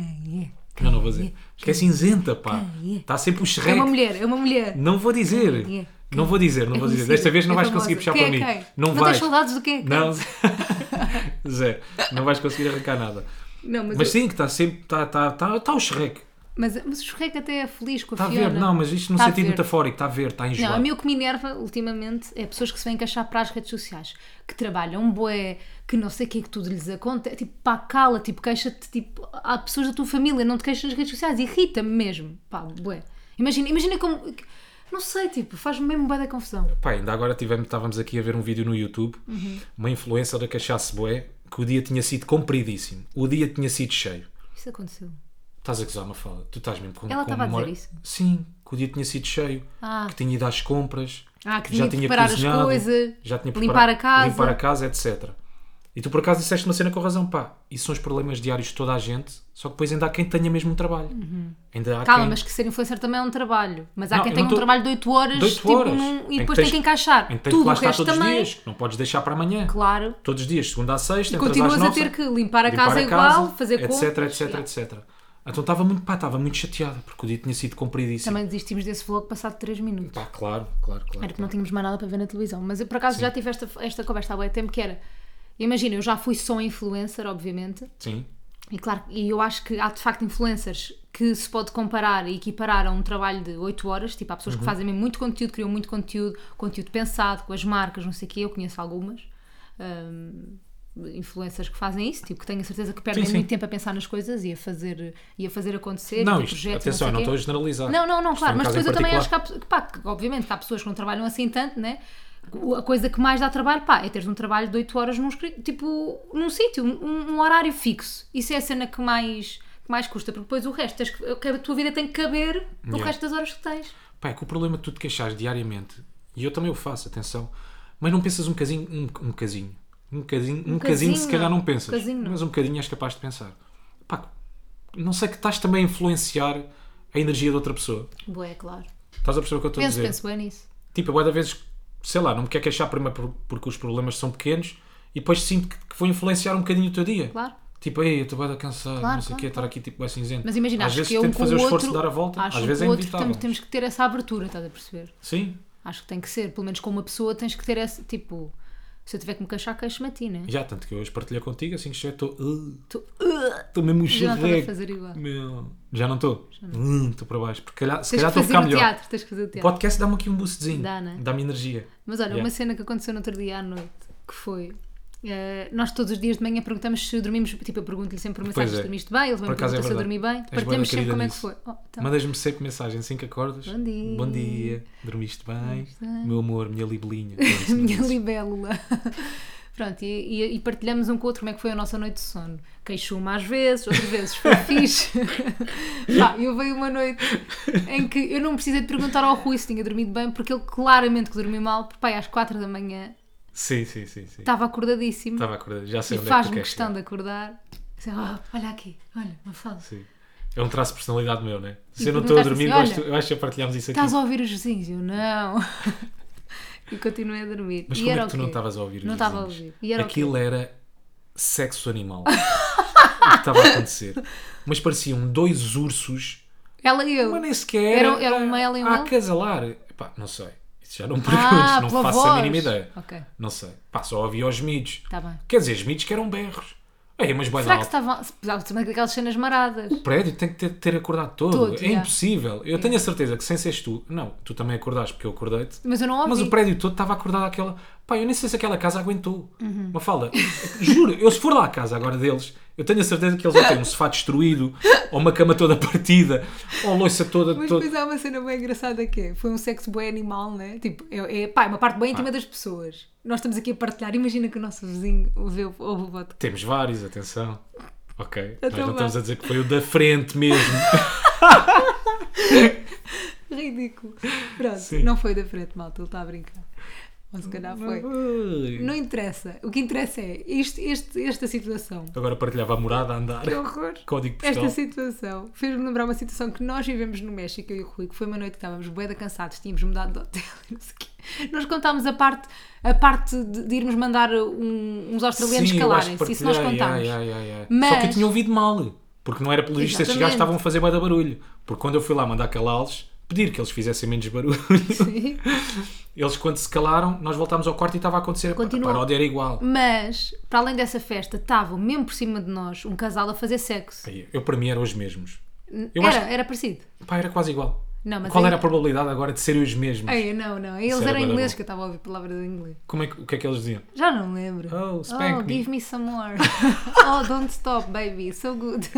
A: é?
B: eu não vou dizer. Porque é cinzenta, pá.
A: Quem é?
B: Está sempre o
A: É
B: Shrek.
A: uma mulher, é uma mulher.
B: Não vou dizer.
A: Quem é?
B: Não vou dizer, não
A: É
B: vou dizer.
A: conhecida,
B: Desta vez não
A: é
B: vais
A: famosa.
B: conseguir puxar
A: Quem
B: para
A: é
B: mim.
A: quem?
B: Não,
A: tens
B: vais.
A: saudades do quem é quem?
B: Não. [laughs] Zé, não vais conseguir arrancar nada.
A: Não, mas,
B: Mas
A: eu-
B: sim, que está sempre. Está tá, tá, tá o Shrek.
A: mas, mas o Shrek até é feliz com a
B: Está a
A: Fiona.
B: ver. Não, mas isto num
A: Tá a
B: sentido
A: ver.
B: metafórico. Está a ver, está
A: Não, a
B: enjoado.
A: mim o que me enerva ultimamente é pessoas que se vêm queixar para as redes sociais, que trabalham bué, que não sei o que é que tudo lhes acontece, tipo, pá, cala, tipo, queixa-te, tipo, há pessoas da tua família, não te queixas nas redes sociais, irrita-me mesmo, pá, bué. Imagina, imagina como, não sei, tipo, faz-me mesmo bué da confusão.
B: Pá, ainda agora tivemos, estávamos aqui a ver um vídeo no YouTube,
A: Uhum.
B: uma influencer da Cachaça Boé, que o dia tinha sido compridíssimo, o dia tinha sido cheio.
A: Isso aconteceu.
B: Estás a gozar uma fala. Tu estás mesmo com
A: Ela
B: com
A: estava a dizer
B: memória-
A: isso?
B: Sim, que o dia tinha sido cheio,
A: Ah.
B: que tinha ido às compras,
A: Ah, que
B: já
A: tinha de
B: tinha
A: preparar as
B: cozinhado,
A: coisas,
B: já tinha
A: limpar a casa.
B: limpar a casa, etc. E tu por acaso disseste uma cena com razão, pá, isso são os problemas diários de toda a gente, só que depois ainda há quem tenha mesmo um trabalho. Ainda há
A: Calma,
B: quem...
A: Uhum. mas que ser influencer também é um trabalho. Mas há
B: Não,
A: quem
B: eu
A: tenha
B: não
A: um
B: tô-
A: trabalho de 8 horas,
B: De oito
A: tipo,
B: horas.
A: num-
B: Em
A: e
B: que
A: depois tem
B: tens-
A: que encaixar.
B: Em que tens que
A: Tudo o
B: lá estar
A: resto
B: todos
A: também.
B: os dias, não podes deixar para amanhã.
A: Claro.
B: Todos os dias, segunda à sexta,
A: E
B: entras às
A: continuas a
B: nove,
A: ter que limpar a
B: limpar
A: casa igual, fazer
B: etc,
A: compras,
B: etc,
A: yeah.
B: etc. Então estava muito, pá, estava muito chateada, porque o dia tinha sido compridíssimo.
A: Também desistimos desse vlog passado 3 minutos.
B: Pá, claro, claro, claro.
A: Era que não tínhamos mais nada para ver na televisão. Mas eu, por acaso, já tive esta, esta conversa há bem tempo, que era... Imagina, eu já fui só influencer, obviamente.
B: Sim,
A: E claro, e eu acho que há de facto influencers que se pode comparar e equiparar a um trabalho de 8 horas. Tipo, há pessoas
B: Uhum.
A: que fazem mesmo muito conteúdo, criam muito conteúdo, conteúdo pensado, com as marcas, não sei o quê. Eu conheço algumas hum, influencers que fazem isso, tipo, que tenho a certeza que perdem
B: Sim, sim.
A: muito tempo a pensar nas coisas e a fazer, e a fazer acontecer. e
B: não,
A: ter
B: isto,
A: projetos e
B: atenção, eu não
A: sei
B: estou
A: quê.
B: a generalizar.
A: Não, não, não,
B: Isto é
A: claro,
B: um
A: mas
B: caso em
A: depois eu também acho que,
B: particular.
A: há, pe- que pá, que obviamente que há pessoas que não trabalham assim tanto, né? A coisa que mais dá trabalho, pá, é teres um trabalho de 8 horas num, escri- tipo, num sítio, um, um horário fixo. Isso é a cena que mais, que mais custa, porque depois o resto, tens que, que a tua vida tem que caber no
B: Yeah.
A: resto das horas que tens.
B: Pá, é que o problema que tu te queixas diariamente, e eu também o faço, atenção, mas não pensas um bocadinho, um, um bocadinho, um bocadinho, um, bocadinho se
A: bocadinho,
B: calhar
A: não.
B: não pensas,
A: Um bocadinho, não.
B: mas um bocadinho és capaz de pensar. Pá, não sei que estás também a influenciar a energia de outra pessoa.
A: Boé, claro.
B: Estás a perceber o que eu estou a
A: Penso,
B: dizer?
A: penso bem nisso.
B: Tipo, eu bué da vezes, sei lá, não me quero queixar primeiro por- porque os problemas são pequenos e depois sinto que, que vou influenciar um bocadinho o teu dia.
A: Claro.
B: Tipo, ei, eu estou bem cansado,
A: Claro,
B: não sei o
A: claro,
B: quê, estar aqui tipo bem cinzento.
A: Mas imagina,
B: às
A: acho
B: vezes
A: que eu
B: tento
A: com
B: fazer
A: o
B: o
A: outro,
B: esforço de dar a volta,
A: acho
B: às
A: que
B: vezes é
A: com o outro
B: inevitável.
A: temos, temos que ter essa abertura, estás a perceber?
B: Sim,
A: Acho que tem que ser, pelo menos com uma pessoa tens que ter essa, tipo, se eu tiver que me queixar, queixo-me a ti, né?
B: já, tanto que eu hoje partilhei contigo, assim que cheguei, estou. "Uh,
A: Tu-
B: Estou mesmo um
A: Já não estás a
B: chuveco.
A: fazer igual.
B: Meu, Já não estou. "Uh, Estou para baixo. Porque calhar- se
A: Tens que
B: calhar estou a
A: fazer
B: ficar
A: o
B: melhor.
A: teatro, tens que fazer o
B: O
A: teatro.
B: podcast dá-me aqui um boostzinho.
A: Dá, né?
B: Dá-me energia.
A: Mas olha,
B: Yeah.
A: uma cena que aconteceu no outro dia à noite, que foi, eh, nós todos os dias de manhã perguntamos se dormimos, tipo, eu pergunto-lhe sempre por mensagem
B: Pois é.
A: se dormiste bem, ele também
B: Por acaso
A: pergunta se
B: é
A: eu dormi
B: verdade.
A: bem,
B: És bué da
A: partilhamos sempre
B: querida
A: como é que
B: nisso.
A: foi. Oh, então,
B: Mandas-me sempre mensagem assim que acordas.
A: Bom dia.
B: Bom dia. Dormiste bem?
A: bem.
B: Meu amor, minha libelinha.
A: [laughs] minha libélula. [laughs] Pronto, e, e- e partilhamos um com o outro como é que foi a nossa noite de sono. Queixou-me às vezes, outras vezes
B: [laughs]
A: foi fixe. [laughs] Pá, eu veio uma noite em que eu não precisei de perguntar ao Rui se tinha dormido bem, porque ele claramente que dormiu mal, porque pai, às 4 da manhã
B: Sim, sim, sim. sim.
A: estava acordadíssimo
B: Estava acordado. Já sei
A: Tá. e
B: onde é que tu
A: faz-me
B: queres
A: questão
B: chegar.
A: de acordar. Assim, "Ah, olha aqui, olha, não falo.
B: Sim. É um traço de personalidade meu, não é? Se
A: E
B: eu não estou a dormir,
A: perguntaste assim,
B: gosto, eu acho que já partilhámos isso aqui.
A: Estás a ouvir os vizinhos? Eu não. [laughs] e continuei a dormir.
B: Mas
A: e
B: como
A: era
B: é que tu
A: o
B: não
A: quê?
B: estavas a ouvir os
A: Não estava a
B: vizinhos?
A: ouvir. E era o quê?
B: Aquilo era sexo animal. [laughs] o que estava a acontecer. Mas pareciam dois ursos,
A: Ela e eu.
B: mas nem sequer
A: Era- era uma ela e um
B: a
A: ele?
B: acasalar. Epá, não sei. Isso já não me pergunto,
A: Ah,
B: não
A: pela
B: faço
A: voz.
B: a mínima ideia.
A: Ok,
B: Não sei. Pá, só havia os miúdos.
A: está bem.
B: Quer dizer, os miúdos que eram berros. Ei, mas bem
A: Será que
B: alto.
A: estavam. se- ah, Também aquelas cenas maradas.
B: O prédio tem que ter, ter acordado todo.
A: Todo,
B: é
A: já.
B: impossível. Eu tenho a certeza que sem seres tu. Não, tu também acordaste porque eu acordei-te.
A: Mas eu não ouvi.
B: Mas o prédio todo estava acordado àquela. Pá, eu nem sei se aquela casa aguentou.
A: Uhum.
B: Uma fala. Juro, eu se for lá à casa agora deles, eu tenho a certeza que eles ou têm um sofá destruído, ou uma cama toda partida, ou a louça toda.
A: Mas
B: toda...
A: depois há uma cena bem engraçada que é, foi um sexo bem animal, né? Tipo, é, é, pá, é uma parte bem íntima das pessoas. Nós estamos aqui a partilhar. Imagina que o nosso vizinho ouve, ouve o voto.
B: Temos vários, atenção. Ok.
A: Eu
B: Nós
A: tô
B: não
A: bem.
B: estamos a dizer que foi o da frente mesmo.
A: [laughs] Ridículo. Pronto,
B: Sim.
A: não foi da frente, malta, ele está a brincar. Ou se calhar foi. Não interessa. O que interessa é isto, este, esta situação.
B: Agora partilhava a morada a andar.
A: Que horror.
B: Código postal.
A: Esta situação fez-me lembrar uma situação que nós vivemos no México, eu e o Rui, que foi uma noite que estávamos bué cansados, tínhamos mudado de hotel [laughs] e não sei o quê. Nós contámos a parte, a parte de, de irmos mandar um- uns australianos
B: eu acho que
A: calarem-se, isso nós
B: partilhei,
A: contámos.
B: ai, ai, ai, ai. Só que eu
A: Mas-
B: tinha ouvido mal, porque não era pelo visto estes
A: Exatamente.
B: gajos estavam a fazer bué da barulho. Porque quando eu fui lá mandar calá-los, pedir que eles fizessem menos barulho, [laughs]
A: [laughs] Sim.
B: eles quando se calaram, nós voltámos ao quarto e estava a acontecer.
A: Continuou.
B: A paródia era igual.
A: Mas, para além dessa festa, estava mesmo por cima de nós um casal a fazer sexo.
B: Aí, Eu para mim eram os mesmos. Eu
A: era,
B: acho
A: era parecido.
B: Pá, era quase igual.
A: Não, mas
B: Qual
A: aí-
B: era a probabilidade agora de serem os mesmos?
A: Ei, não, não. Eles
B: era
A: eram
B: bué da
A: ingleses,
B: bom.
A: que eu estava a ouvir palavras em inglês.
B: Como é que, o que é que eles diziam?
A: Já não lembro.
B: Oh, spank me.
A: give me some
B: [laughs]
A: more. oh, don't stop, baby. So good. [laughs]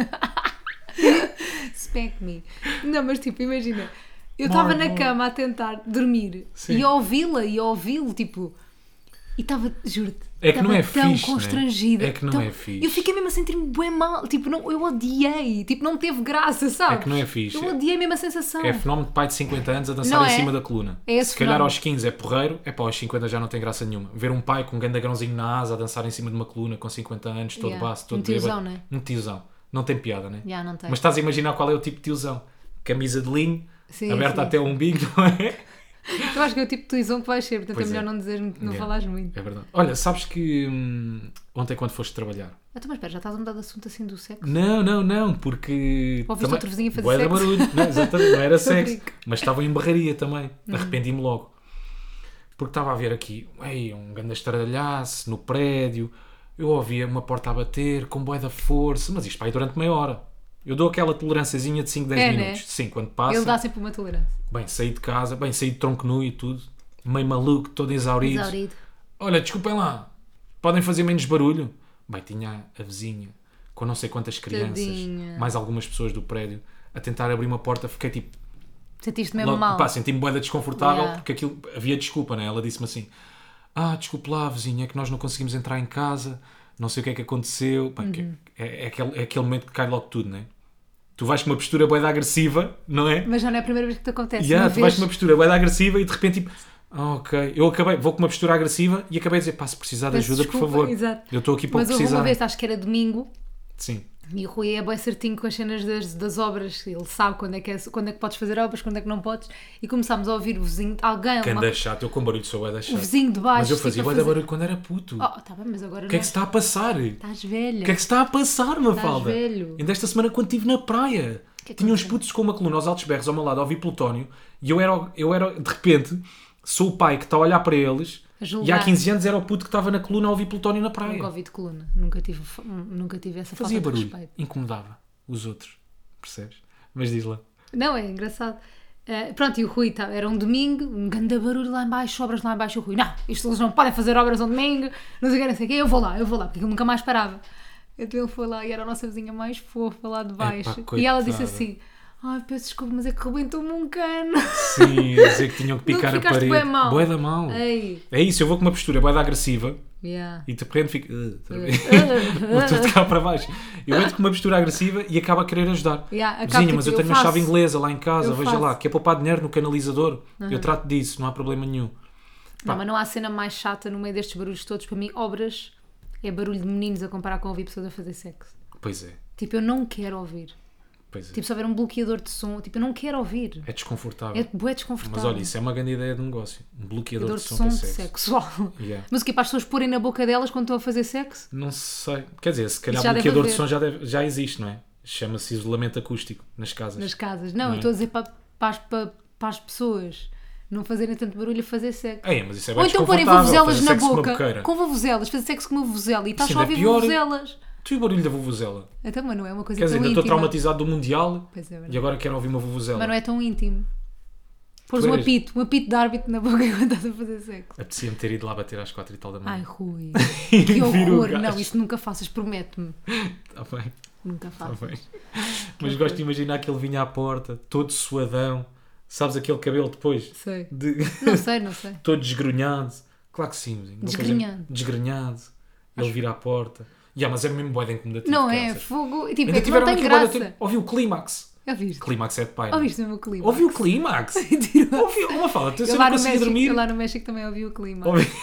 A: spank me. Não, mas tipo, imagina. Eu
B: More,
A: estava na
B: more.
A: cama a tentar dormir
B: é Sim.
A: e a ouvi-la e a ouvi-lo, tipo. E estava, juro-te,
B: É que não
A: estava
B: é
A: tão
B: fixe, né?
A: constrangida.
B: É que não
A: tão-
B: é fixe.
A: Eu fiquei mesmo a sentir-me bem mal. Tipo, não, eu odiei. Tipo, não teve graça, sabes?
B: É que não é fixe.
A: Eu odiei mesmo a sensação.
B: É fenómeno de pai de 50 anos a dançar
A: Ah. Não
B: em
A: é?
B: cima da coluna.
A: É esse
B: Se calhar
A: fenómeno.
B: aos 15 é porreiro, é pá, aos 50 já não tem graça nenhuma. Ver um pai com um gandagrãozinho na asa a dançar em cima de uma coluna com 50 anos, todo
A: Yeah.
B: baço, todo
A: Um tiozão,
B: bêbado.
A: né?
B: Um tiozão. Não tem piada, né?
A: Já, não tem.
B: Mas estás a imaginar qual é o tipo de tiozão? Camisa de linho,
A: Sim,
B: aberta
A: sim.
B: até ao umbigo, não é? [laughs]
A: Eu acho que é o tipo de tuizão que vais ser, portanto
B: Pois
A: é
B: é.
A: melhor não dizer, não
B: Yeah.
A: falares muito.
B: É verdade. Olha, sabes que hum, ontem quando foste trabalhar.
A: Então, mas espera, já estás a mudar de assunto assim do sexo?
B: Não, não, não, porque.
A: Ouviste outro vizinho a fazer
B: Bué da
A: sexo.
B: barulho. Não, é? exatamente,
A: [laughs]
B: não era
A: Só
B: sexo.
A: brinco.
B: Mas estava em barraria também.
A: Uhum.
B: Arrependi-me logo. Porque estava a ver aqui ei, um grande estradalhaço no prédio. Eu ouvia uma porta a bater com bué da força. Mas isto vai durante meia hora. Eu dou aquela tolerânciazinha de 5, 10
A: É, né?
B: minutos. Sim, quando passa.
A: Ele dá sempre uma tolerância.
B: Bem, saí de casa. Bem, saí de tronco nu e tudo. Meio maluco, todo exaurido.
A: Exaurido.
B: Olha, desculpem lá. Podem fazer menos barulho? Bem, tinha a vizinha com não sei quantas crianças,
A: Tadinha.
B: mais algumas pessoas do prédio, a tentar abrir uma porta. Fiquei tipo,
A: Sentiste mesmo
B: logo,
A: mal.
B: pá, senti-me boeda desconfortável
A: É Yeah.
B: porque aquilo havia desculpa, né? Ela disse-me assim: Ah, desculpe lá, vizinha, é que nós não conseguimos entrar em casa, não sei o que é que aconteceu. Bem, que-
A: Uhum.
B: é, é aquele, é aquele momento que cai logo tudo, né? Tu vais com uma postura boeda agressiva, não é?
A: Mas já não é a primeira vez que te acontece.
B: Yeah,
A: uma
B: tu vais
A: vez...
B: com uma postura bué da agressiva e de repente tipo, ah, ok, eu acabei, vou com uma postura agressiva e acabei de dizer, pá, se precisar de
A: Peço
B: ajuda,
A: desculpa,
B: por favor.
A: exato.
B: Eu estou aqui para
A: Mas houve
B: precisar.
A: uma vez, acho que era domingo,
B: Sim.
A: e o Rui é bem certinho com as cenas das, das obras, ele sabe quando é, que é, quando é que podes fazer obras, quando é que não podes, e começámos a ouvir o vizinho, alguém, uma-
B: Ganda chato, eu com barulho sou bué da chato.
A: o vizinho de baixo.
B: Mas eu
A: tipo,
B: fazia
A: a
B: bué da barulho quando era puto.
A: Oh, tá bem, mas agora
B: o que é
A: não.
B: que se está a passar? O
A: Estás velha.
B: que é que se está a passar, Mafalda?
A: velho.
B: Ainda esta semana quando estive na praia.
A: que é que
B: Tinha uns
A: aconteceu?
B: putos com uma coluna aos altos berros ao meu lado, a ouvir plutónio, e eu era, eu era de repente, sou o pai que está a olhar para eles,
A: A
B: e há
A: julgar.
B: 15 anos era o puto que estava na coluna a ouvir plutónio na praia.
A: Nunca ouvi de coluna, nunca tive, fa- nunca tive essa
B: fazia
A: falta de
B: barulho,
A: respeito.
B: incomodava os outros, percebes? Mas diz lá,
A: Não, é engraçado. Ah, pronto, e o Rui, tá, era um domingo, um grande barulho lá embaixo, obras lá embaixo. O Rui, não, isto eles não podem fazer obras um domingo, não sei o que, não sei o que, eu vou lá, eu vou lá, porque ele nunca mais parava. Então ele foi lá e era a nossa vizinha mais fofa lá de baixo.
B: Epá,
A: e ela disse
B: coitada.
A: assim: Ai, peço desculpa, mas é que rebentou-me um
B: [laughs]
A: cano.
B: Sim, a dizer que tinham que
A: Não,
B: picar a
A: ficaste
B: parede.
A: bué mal.
B: Bué da mão.
A: Ei,
B: É isso, eu vou com uma postura bué da agressiva
A: yeah.
B: e de repente fico. "Ugh", outra
A: [laughs]
B: vez. Vou tudo cá para baixo. Eu entro com uma postura agressiva e acabo a querer ajudar.
A: Yeah, acabo
B: Vizinha,
A: tipo,
B: mas eu
A: eu
B: tenho uma
A: faço.
B: chave inglesa lá em casa,
A: Eu
B: veja
A: faço.
B: lá, que é poupar dinheiro no canalizador. Eu trato disso, não há problema nenhum.
A: Não, mas não há cena mais chata no meio destes barulhos todos. Para mim, obras é barulho de meninos a comparar com ouvir pessoas a fazer sexo.
B: Pois é,
A: Tipo, eu não quero ouvir.
B: pois é.
A: Tipo, se houver um bloqueador de som, tipo, eu não quero ouvir.
B: é desconfortável.
A: É bué desconfortável.
B: Mas olha, isso é uma grande ideia de negócio. Um bloqueador
A: Dor
B: de som para
A: de
B: sexo.
A: [laughs] sexual.
B: Yeah.
A: Mas o que é para as pessoas porem na boca delas quando estão a fazer sexo?
B: Não sei. Quer dizer, se calhar
A: Isso já deve
B: bloqueador de
A: haver.
B: som já, deve- já existe, não é? Chama-se isolamento acústico nas casas.
A: Nas casas. Não,
B: Não é?
A: eu estou a dizer para, para, as, para, para as pessoas não fazerem tanto barulho a fazer sexo.
B: É, mas isso é bem
A: Ou então porem
B: desconfortável,
A: vovozelas
B: fazer
A: na
B: sexo com uma
A: boca.
B: boqueira.
A: Com vovozelas. Fazer sexo com uma vovozela e estás
B: Isso
A: só a
B: ainda é
A: ouvir
B: pior.
A: vovozelas.
B: Tu e o barulho da vovozela?
A: Então, mas não é uma coisa tão
B: Quer dizer, ainda
A: íntima.
B: estou traumatizado do Mundial
A: Pois é,
B: e
A: verdade.
B: agora quero ouvir uma vovozela.
A: Mas não é tão íntimo. Pôres
B: Tu
A: um
B: eras-
A: apito, um apito de árbitro na boca [laughs] quando estás a fazer sexo.
B: Apetecia-me ter ido lá bater às quatro e tal da
A: é- Ai,
B: manhã. [laughs]
A: Rui.
B: E
A: Que
B: vir o
A: horror.
B: gajo.
A: Não, isso nunca faças, prometo-me.
B: Tá bem,
A: Nunca
B: tá
A: faças.
B: bem. Mas gosto de imaginar que ele vinha à porta, todo suadão. Sabes aquele cabelo depois?
A: Sei.
B: De...
A: Não sei, não sei.
B: todo desgrunhado. Claro que sim. uma coisa- é
A: Desgrenhado.
B: Desgrenhado. Ele vira à porta. Ya, mas era mesmo boeda incomodativo.
A: Não é,
B: caraças.
A: fogo. Tipo,
B: Tipo, Ainda
A: é que não
B: tiveram
A: tem
B: aqui bué da
A: graça.
B: tempo. Ouvi o clímax.
A: Ouviste?
B: Clímax é de pai. não é?
A: Ouviste o meu clima? [laughs]
B: Ouvi o clímax.
A: Mentira.
B: Ouvi uma fala. Tu
A: Eu
B: sempre
A: lá, no
B: conseguia
A: México,
B: dormir.
A: eu lá no México também ouvi o clima.
B: Ouvi...
A: [laughs]
B: [laughs]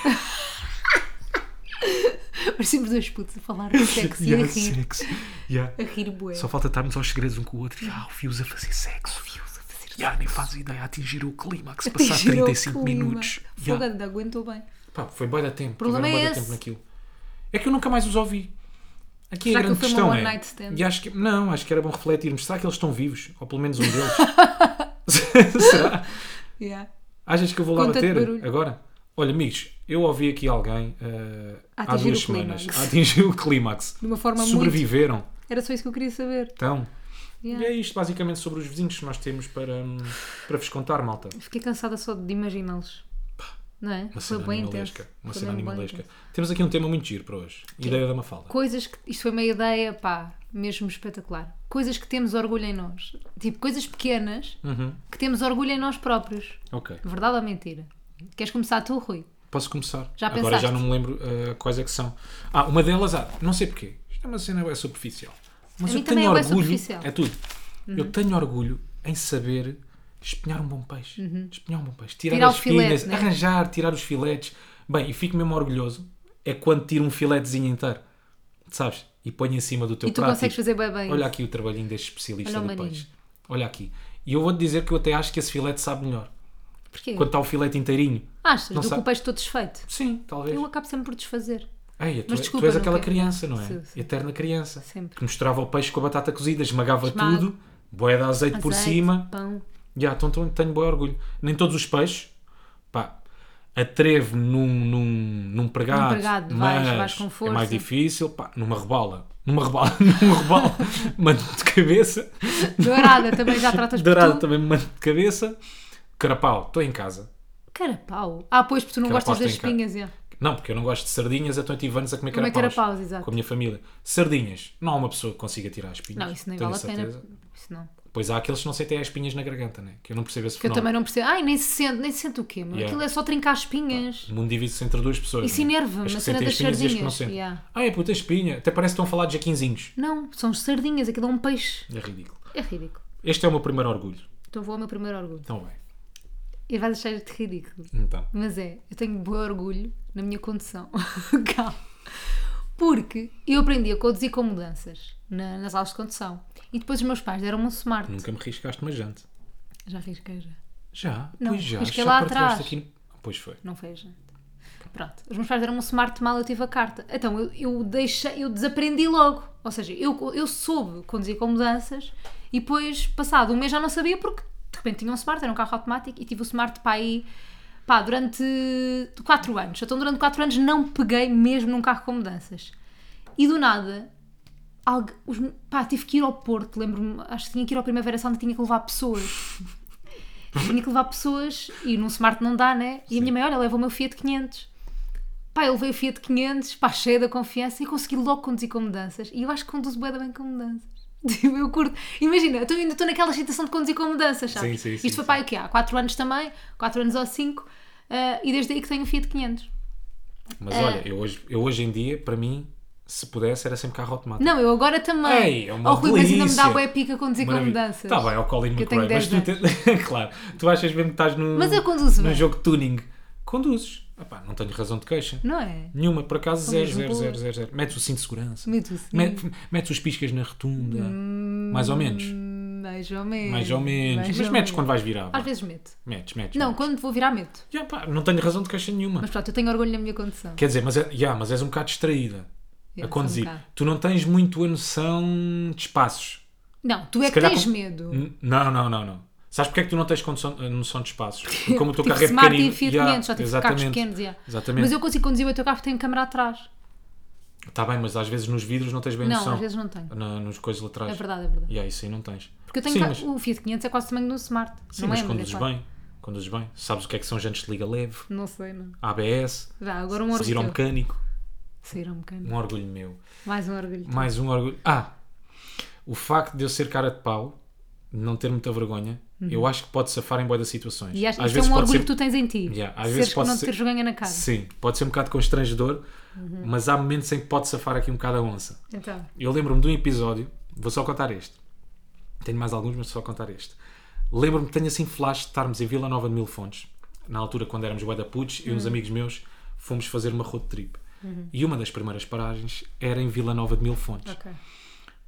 A: Parecemos dois putos a falar
B: [laughs]
A: de sexo e a
B: Ya,
A: rir.
B: sexo. Ya.
A: A rir bué. [laughs]
B: Só falta estarmos aos segredos um com o outro. Ah, ouvi-os a fazer sexo. Ouvi-os a fazer sexo. nem fazes ideia. Atingir o clímax. Passar
A: Atingiram o clima.
B: 35 minutos. Ya.
A: Fogo, ainda aguentou bem.
B: Pá, foi bué da tempo.
A: problema
B: Tiveram
A: é
B: bué da
A: esse.
B: tempo naquilo. É que eu nunca mais os ouvi. Aqui
A: Será
B: a
A: que
B: grande
A: foi uma
B: questão
A: one
B: é...
A: night stand?
B: E acho que... Não, acho que era bom refletirmos. Será que eles estão vivos? Ou pelo menos
A: [laughs]
B: um deles? [laughs] Será?
A: Yeah.
B: Achas que eu vou lá
A: Com tanto
B: bater
A: barulho.
B: agora? Olha, amigos, eu ouvi aqui alguém eh,
A: A
B: há
A: atingir
B: duas
A: o clímax.
B: semanas. A atingir
A: [laughs]
B: o clímax.
A: De uma forma muito.
B: Sobreviveram.
A: Era só isso que eu queria saber.
B: Então...
A: Yeah.
B: E é isto basicamente sobre os vizinhos que nós temos para, hum, para vos contar, malta.
A: Fiquei cansada só de imaginá-los. Não é?
B: Uma
A: foi
B: cena
A: bem
B: animalesca.
A: intenso.
B: Uma
A: Foi
B: cena
A: mesmo bem
B: animalesca.
A: intenso.
B: Temos aqui um tema muito giro para hoje. Ideia da Mafalda.
A: Coisas que. Isto foi uma ideia, pá, mesmo espetacular. Coisas que temos orgulho em nós. Tipo, coisas pequenas
B: Uhum.
A: que temos orgulho em nós próprios.
B: Ok.
A: Verdade ou mentira? Queres começar tu, Rui?
B: Posso começar?
A: Já
B: Agora
A: pensaste?
B: já não me lembro ah, quais é que são. Ah, uma delas, ah, não sei porquê. Isto é uma cena bem superficial. Mas
A: A
B: eu
A: mim também
B: tenho
A: é bué
B: orgulho.
A: superficial. Uhum.
B: É tudo. Eu tenho orgulho em saber espinhar um bom peixe. Espinhar um bom peixe. Tirar,
A: Uhum. Tirar
B: as
A: o filete,
B: espinhas,
A: né?
B: arranjar, tirar os filetes. Bem, e fico mesmo orgulhoso é quando tiro um filetezinho inteiro. Sabes? E ponho em cima do teu
A: E tu
B: prato.
A: consegues fazer bem bem.
B: Olha aqui o trabalhinho deste especialista
A: Olha o
B: do
A: maninho.
B: peixe. Olha aqui. E eu vou-te dizer que eu até acho que esse filete sabe melhor.
A: Porquê?
B: Quando está o filete inteirinho.
A: Achas?
B: Não
A: do que
B: sei.
A: o peixe estou desfeito?
B: Sim, talvez.
A: Eu acabo sempre por desfazer.
B: Ei, tu,
A: Mas
B: é-
A: desculpa,
B: tu és
A: não
B: aquela
A: quero.
B: criança, não é?
A: Sim, sim.
B: Eterna criança.
A: Sempre.
B: Que mostrava o peixe com a batata cozida, esmagava
A: Esmago.
B: tudo, boia de azeite, por
A: Azeite,
B: cima.
A: Pão.
B: Já, então, então tenho bom orgulho. Nem todos os peixes, pá, atrevo-me num, num, num pregado,
A: Num pregado,
B: mas
A: vais- vais com
B: é
A: força.
B: mais difícil, pá, numa rebala. Numa [laughs] rebala, numa
A: [laughs]
B: rebala, mando de cabeça.
A: Dourada também já tratas
B: Dourado
A: por tu.
B: também me mando de cabeça. Carapau, estou em casa.
A: Carapau. Ah, pois, porque tu não
B: Carapau
A: gostas das
B: tem cara.
A: espinhas, é.
B: Não, porque eu não gosto de sardinhas, então eu tive anos a comer
A: Comer
B: carapaus.
A: carapaus, exato.
B: Com a minha família. Sardinhas, não há uma pessoa que consiga tirar as espinhas.
A: Não, isso nem
B: tenho
A: vale a pena.
B: certeza.
A: Isso não.
B: Pois há aqueles que não sentem as espinhas na garganta, né? Que eu não percebo esse
A: Que eu
B: fenómeno.
A: também não percebo. Ai, nem se sente, nem se sente o quê, mano?
B: Yeah. Ah.
A: Aquilo é só trincar espinhas.
B: O mundo divide-se entre duas pessoas.
A: Isso
B: né?
A: enerva-me,
B: As
A: a
B: que
A: cena
B: sentem
A: das
B: espinhas e as que não
A: sardinhas.
B: sentem.
A: Yeah.
B: Ah, é puta espinha. Até parece que estão a falar de jaquinzinhos.
A: Não, são sardinhas, aquilo é um peixe.
B: É ridículo.
A: É ridículo.
B: Este é o meu primeiro orgulho.
A: Então vou ao meu primeiro orgulho.
B: Então bem.
A: E vais achar te ridículo.
B: Então.
A: Mas é, eu tenho bom orgulho na minha condução. [laughs] Calma. Porque eu aprendi a conduzir com mudanças na- nas aulas de condução. E depois os meus pais deram-me um smart.
B: Nunca me riscaste uma jante.
A: Já risquei já.
B: Já?
A: Não,
B: pois já.
A: risquei
B: já
A: lá
B: partilhaste
A: atrás.
B: aqui no- Pois foi.
A: Não fez jante. Pronto. Os meus pais deram-me um smart mal, eu tive a carta. Então eu, eu, deixei, eu desaprendi logo. Ou seja, eu, eu soube conduzir com mudanças e depois, passado um mês, já não sabia porque de repente tinha um smart, era um carro automático e tive o smart para aí. Pá, durante 4 anos. Então, durante 4 anos não peguei mesmo num carro com mudanças. E do nada, algu- os,
B: [laughs]
A: pá, tive que ir ao Porto, lembro-me, acho que tinha que ir ao Primavera Sound e tinha que levar pessoas. Eu tinha que levar pessoas e num smart não dá, né? E a minha mãe, olha, leva o meu Fiat 500. Pá, eu levei o Fiat 500, pá, cheia da confiança e consegui logo conduzir com mudanças. E eu acho que conduzo bué da bem com mudanças. [laughs] Tipo, eu curto. Imagina, eu tô- ainda estou naquela situação de conduzir com mudanças, sabes?
B: Sim, sim,
A: Isto
B: sim,
A: foi, pá, o quê? Há 4 anos também, 4 anos ou 5, e desde aí que tenho o Fiat 500.
B: Mas
A: É.
B: olha, eu hoje, eu hoje em dia, para mim, se pudesse, era sempre carro automático.
A: Não, eu agora também.
B: Ei, é uma
A: Ao Rui, mas ainda me dá
B: delícia.
A: bué pica conduzir com mudanças.
B: Está Tá bem, ao Colin
A: Que eu tenho
B: McRae. Mas
A: 10
B: tu, te- [laughs] claro, tu achas mesmo que estás num,
A: Mas eu conduzo
B: num
A: bem.
B: jogo de tuning. Conduzes. Epá, não tenho razão de queixa.
A: Não é?
B: Nenhuma, por acaso, zero,
A: mesmo
B: zero,
A: boas.
B: zero, zero, zero. Metes o cinto de segurança.
A: Meto assim, o cinto.
B: Met- Metes os piscas na rotunda. mais ou menos.
A: Mais ou menos.
B: Mais ou menos.
A: Hum, Mais
B: mas
A: ou
B: metes
A: menos.
B: quando vais virar. vá.
A: Às vezes medo.
B: Metes, metes.
A: Não,
B: metes.
A: quando vou virar medo.
B: Já, pá, não tenho razão de queixa nenhuma.
A: Mas pronto, eu tenho orgulho na minha condição.
B: Quer dizer, mas, é, já, mas és um bocado distraída
A: Eu
B: a
A: sou
B: conduzir.
A: um bocado.
B: tu não tens muito a noção de espaços.
A: Não, tu é
B: Se
A: que
B: calhar
A: tens
B: com-
A: medo.
B: N- Não, não, não, não. Sabes porque é que tu não tens condição- a noção
A: [laughs]
B: de espaços? Porque Como o teu
A: Tipo
B: carro é
A: Smart
B: pequenino.
A: e Fiat
B: já,
A: 500, só tive carros pequenos. já.
B: Exatamente.
A: Mas eu consigo conduzir o meu teu carro porque tem câmara atrás. É
B: Está Tá bem, mas às vezes nos vidros não tens bem
A: Não,
B: noção.
A: às vezes não tenho.
B: Na, nos coisas
A: É
B: laterais.
A: verdade, é verdade.
B: E aí isso aí não tens.
A: Porque eu tenho
B: sim,
A: ca-
B: mas,
A: o Fiat 500 é quase também do Smart.
B: sim,
A: não
B: mas
A: é,
B: conduzes
A: é claro.
B: bem. Conduzes bem. Sabes o que é que são jantes de liga leve,
A: Não sei, não.
B: ABS,
A: Já, agora um
B: seguir
A: orgulho.
B: ao mecânico.
A: Sair ao mecânico.
B: Um orgulho meu.
A: Mais um orgulho.
B: Mais um orgulho. Ah, o facto de eu ser cara de pau, de não ter muita vergonha, eu acho que pode safar em boas situações.
A: Uhum. E acho que
B: às
A: isso é um
B: pode
A: orgulho
B: ser...
A: que tu tens em ti.
B: Yeah, às
A: Seres
B: vezes
A: que
B: pode
A: não
B: ser-
A: te teres vergonha na cara.
B: Sim, pode ser um bocado constrangedor,
A: Uhum.
B: mas há momentos em que pode safar aqui um bocado a onça.
A: Então,
B: Eu lembro-me de um episódio, vou só contar este. Tenho mais alguns, mas só contar este. Lembro-me que tenho assim flash de estarmos em Vila Nova de Mil Fontes. Na altura, quando éramos bué da putos, eu e
A: Uhum.
B: uns amigos meus fomos fazer uma road trip. E uma das primeiras paragens era em Vila Nova de Mil Fontes.
A: ok.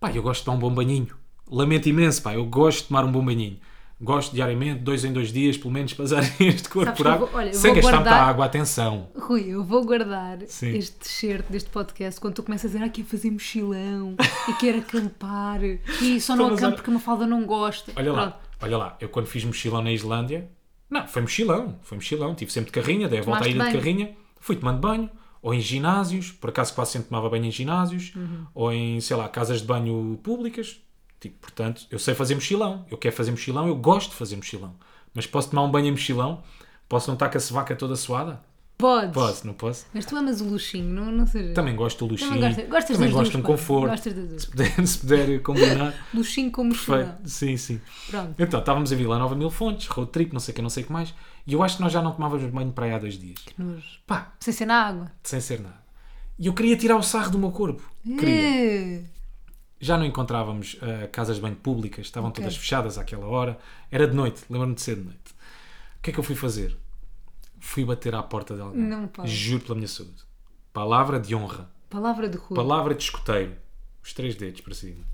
B: Pá, eu gosto de tomar um bom banhinho. Lamento imenso, pá, eu gosto de tomar um bom banhinho. Gosto diariamente, dois em dois dias, pelo menos, [laughs] passar este corpo
A: Sabes que
B: por
A: eu
B: água,
A: vou- olha, eu
B: sem
A: vou
B: gastar muita
A: guardar-
B: água, atenção.
A: Rui, eu vou guardar
B: Sim.
A: este t-shirt deste podcast quando tu começas a dizer ah, quero fazer mochilão e quero acampar e só não
B: Então, mas
A: acampo
B: olha-
A: porque uma falda não gosta.
B: Olha lá,
A: Pronto.
B: olha lá, eu quando fiz mochilão na Islândia, não, foi mochilão, foi mochilão, tive sempre de carrinha, dei a volta à
A: Tomaste
B: ilha de
A: banho.
B: carrinha, fui tomando banho, ou em ginásios, por acaso quase sempre tomava banho em ginásios,
A: Uhum.
B: ou em, sei lá, casas de banho públicas, tipo, portanto, eu sei fazer mochilão, eu quero fazer mochilão, eu gosto de fazer mochilão, mas posso tomar um banho em mochilão? Posso não estar com a sovaca toda suada?
A: Podes.
B: Posso, não posso?
A: Mas tu amas o luxinho, não, não seja.
B: Também gosto do luxinho,
A: Também gosta- gostas
B: também
A: das
B: gosto
A: duas
B: de um
A: coisas,
B: conforto,
A: gostas das duas.
B: se puder, se puder combinar,
A: [laughs] Luxinho com mochilão.
B: perfeito, sim, sim.
A: Pronto.
B: Então, estávamos em Vila Nova Mil Fontes, road trip, não sei o que, não sei o que mais, e eu acho que nós já não tomávamos banho para aí há dois dias.
A: Nojo.
B: Pá,
A: Sem ser na água.
B: sem ser nada. E eu queria tirar o sarro do meu corpo. Queria.
A: Eh,
B: Já não encontrávamos ah, casas de banho públicas, estavam
A: Ok.
B: todas fechadas àquela hora. Era de noite, lembro-me de ser de noite. O que é que eu fui fazer? Fui bater à porta de alguém.
A: Não pode.
B: Juro pela minha saúde. Palavra de honra.
A: Palavra de Rui.
B: Palavra de escoteiro. Os três dedos para cima.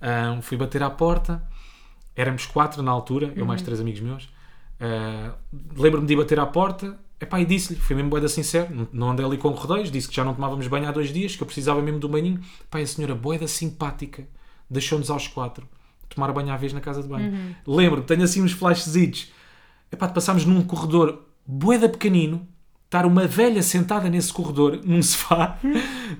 B: Ahm, fui bater à porta. Éramos quatro na altura, eu mais três amigos meus. Ah, Lembro-me de ir bater à porta. Epá, e disse-lhe, fui mesmo boeda sincero, não- não andei ali com rodeios, disse que já não tomávamos banho há dois dias, que eu precisava mesmo de um banhinho. Epá, e a senhora boeda simpática deixou-nos aos quatro tomar banho à vez na casa de banho. Lembro-me, tenho assim uns flashzitos. Epá, de passarmos num corredor boeda pequenino, estar uma velha sentada nesse corredor, [laughs] num sofá.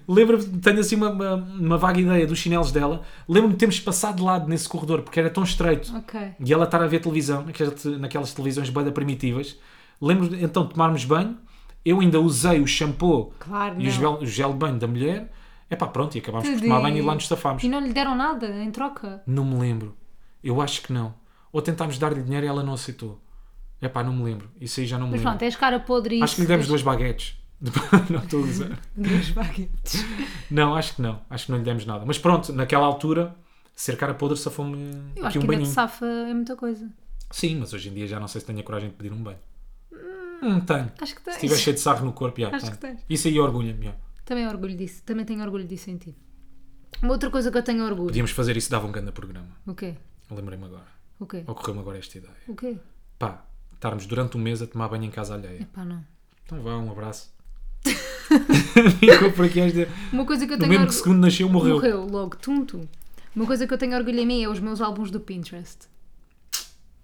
B: Lembro-me, tenho assim uma, uma, uma vaga ideia dos chinelos dela. Lembro-me de termos passado de lado nesse corredor, porque era tão estreito.
A: Ok.
B: E ela estar a ver televisão, naquela te- naquelas televisões banda primitivas. Lembro então de tomarmos banho. Eu ainda usei o shampoo
A: Claro,
B: e o
A: não.
B: gel, o gel de banho da mulher. É pá, pronto, e acabámos por
A: Tadinho.
B: tomar banho e lá nos safámos.
A: E não lhe deram nada em troca?
B: Não me lembro. Eu acho que não. Ou tentámos dar-lhe dinheiro e ela não aceitou. É pá, não me lembro. Isso aí já não me
A: Mas
B: lembro.
A: pronto, é és cara podre e
B: acho que lhe demos duas baguetes. [laughs] não estou a usar.
A: duas baguetes.
B: Não, acho que não. Acho que não lhe demos nada. Mas pronto, naquela altura, ser cara podre safou-me
A: Eu acho
B: aqui um
A: que ainda te
B: banhinho.
A: safa é muita coisa.
B: Sim, mas hoje em dia já não sei se tenho a coragem de pedir um banho. Não tenho.
A: Acho que
B: Se
A: tens.
B: estiver cheio de sarro no corpo, já,
A: Acho
B: tenho.
A: que tens.
B: Isso aí é orgulha-me. já.
A: Também orgulho disso. Também tenho orgulho disso em ti. Uma outra coisa que eu tenho orgulho.
B: Podíamos fazer isso, dava um grande programa.
A: O quê?
B: Lembrei-me agora.
A: O quê?
B: Ocorreu-me agora esta ideia.
A: O quê?
B: Pá, estarmos durante um mês a tomar banho em casa alheia.
A: Epá, não.
B: Então vá,
A: [laughs]
B: um abraço. Ficou por aqui esta.
A: Uma coisa que eu
B: No
A: tenho
B: mesmo que
A: orgu-
B: segundo nasceu, morreu.
A: Morreu logo, tum, tum. Uma coisa que eu tenho orgulho em mim é os meus álbuns do Pinterest.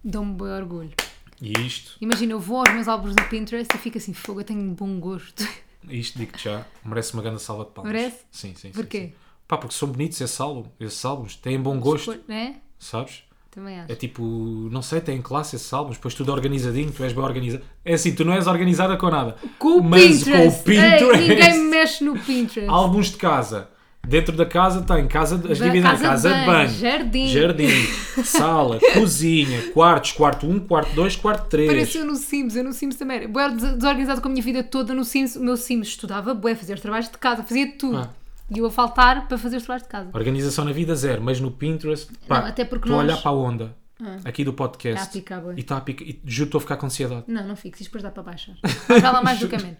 A: Dão-me bem orgulho.
B: E isto,
A: Imagina, eu vou aos meus álbuns do Pinterest e fico assim, fogo, eu tenho um bom gosto.
B: isto digo-te já, merece uma grande salva de palmas.
A: Merece?
B: Sim, sim. sim,
A: Porquê?
B: sim. Pá, porque são bonitos esses álbuns, esses álbuns têm bom gosto,
A: [laughs] Né?
B: sabes?
A: também acho.
B: É tipo, não sei, tem classe esses álbuns, depois tudo organizadinho, tu és bem organizado. É assim, tu não és organizada com nada.
A: Com o
B: mas
A: Pinterest!
B: com o Pinterest.
A: Ei,
B: [laughs]
A: ninguém me mexe no Pinterest.
B: Álbuns de casa. Dentro da casa tem casa, de- as
A: Da
B: dividem
A: casa
B: em casa de banho,
A: jardim.
B: jardim,
A: [laughs]
B: sala, cozinha, quartos, quarto 1, quarto 2, quarto 3.
A: Pareceu no Sims, eu no Sims também era. Bué des- desorganizado com a minha vida toda no Sims. O meu Sims estudava bué, fazia os trabalhos de casa, fazia tudo.
B: Ah.
A: E eu a faltar para fazer os trabalhos de casa.
B: Organização na vida zero, mas no Pinterest, pá,
A: Não, até porque
B: estou a
A: nós- Ah.
B: olhar para a onda aqui do podcast
A: Está a picar, bué.
B: e está a picar, e juro que estou a ficar com ansiedade.
A: Não, não fico, isto depois dá para baixar. Vai lá mais do que a menos.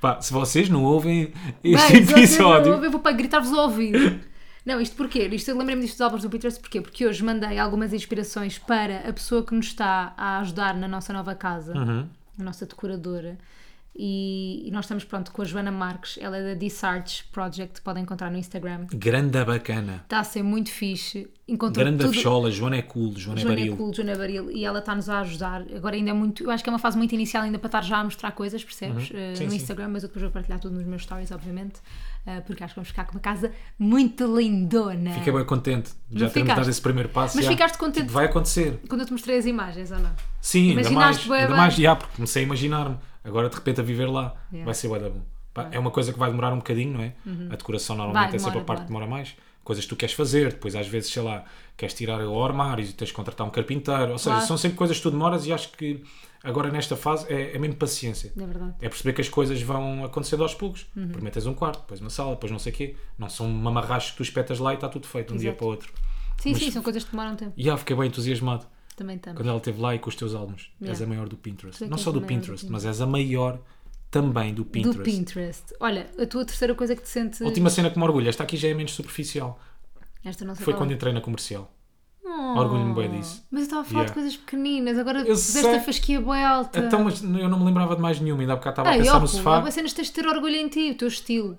B: Pá, se vocês não ouvem este
A: Bem, se vocês não
B: episódio,
A: ouvem, Eu vou para gritar-vos ao ouvido. Não, isto porquê? Isto, eu lembrei-me disto dos álbuns do Pinterest porquê? Porque hoje mandei algumas inspirações para a pessoa que nos está a ajudar na nossa nova casa, a nossa decoradora. E, e nós estamos pronto com a Joana Marques, ela é da Disarts Project, podem encontrar no Instagram.
B: grande bacana.
A: Está a ser muito fixe. Encontrou
B: Grande
A: tudo.
B: fechola, Joana é cool,
A: Joana
B: Joana, é
A: é
B: baril.
A: cool, Joana Baril, e ela está-nos a ajudar. Agora ainda é muito. Eu acho que é uma fase muito inicial ainda para estar já a mostrar coisas, percebes? Eh,
B: Uhum. Sim,
A: no
B: sim.
A: Instagram, mas eu depois vou partilhar tudo nos meus stories, obviamente, eh, porque acho que vamos ficar com uma casa muito lindona.
B: Fiquei bem contente. Já
A: Mas
B: temos
A: ficaste.
B: dado esse primeiro passo.
A: Mas
B: já.
A: ficaste contente?
B: Vai acontecer.
A: Quando eu te mostrei as imagens, ou não?
B: Sim, ainda
A: Imaginaste
B: mais.
A: bué
B: Ainda
A: bem.
B: mais, já, porque comecei a imaginar-me. Agora de repente a viver lá.
A: Yeah. Uhum.
B: Vai ser bué da bom. Pá, é uma coisa que vai demorar um bocadinho, não é? A decoração normalmente
A: Vai,
B: é sempre a
A: demora,
B: parte que demora mais. Coisas que tu queres fazer, depois às vezes, sei lá, queres tirar o armário e tens de contratar um carpinteiro. Ou seja,
A: Claro.
B: são sempre coisas que tu demoras e acho que agora nesta fase é, é mesmo paciência.
A: É Uhum. verdade.
B: É perceber que as coisas vão acontecendo aos poucos. Primeiro tens um quarto, depois uma sala, depois não sei o quê. Não são mamarrachos que tu espetas lá e está tudo feito de um dia
A: Exato.
B: para o outro.
A: Sim,
B: Mas-
A: sim, são coisas que demoram tempo.
B: E ah, fiquei bem entusiasmado
A: Também estamos.
B: quando ela esteve lá e com os teus álbuns.
A: Yeah.
B: És a maior do
A: Tu é
B: Pinterest.
A: que
B: Não
A: és
B: só
A: a
B: do
A: maior do
B: Pinterest,
A: Pinterest.
B: mas és a maior também do é Pinterest.
A: Do Pinterest. Olha, a tua terceira coisa que te sentes.
B: A última cena que me orgulha, esta aqui já é menos superficial.
A: Esta não sei
B: Foi
A: qual
B: quando
A: é.
B: entrei na comercial.
A: Oh,
B: orgulho-me bué disso.
A: Mas eu estava a falar de
B: Yeah.
A: coisas pequeninas, agora
B: Eu
A: puseste
B: sei.
A: a fasquia boi alta.
B: Então, mas eu não me lembrava de mais nenhuma, ainda há bocado estava a
A: Ei,
B: pensar é no
A: Tá. óculos, há
B: sofá.
A: bué cenas que tens de ter orgulho em ti, o teu estilo.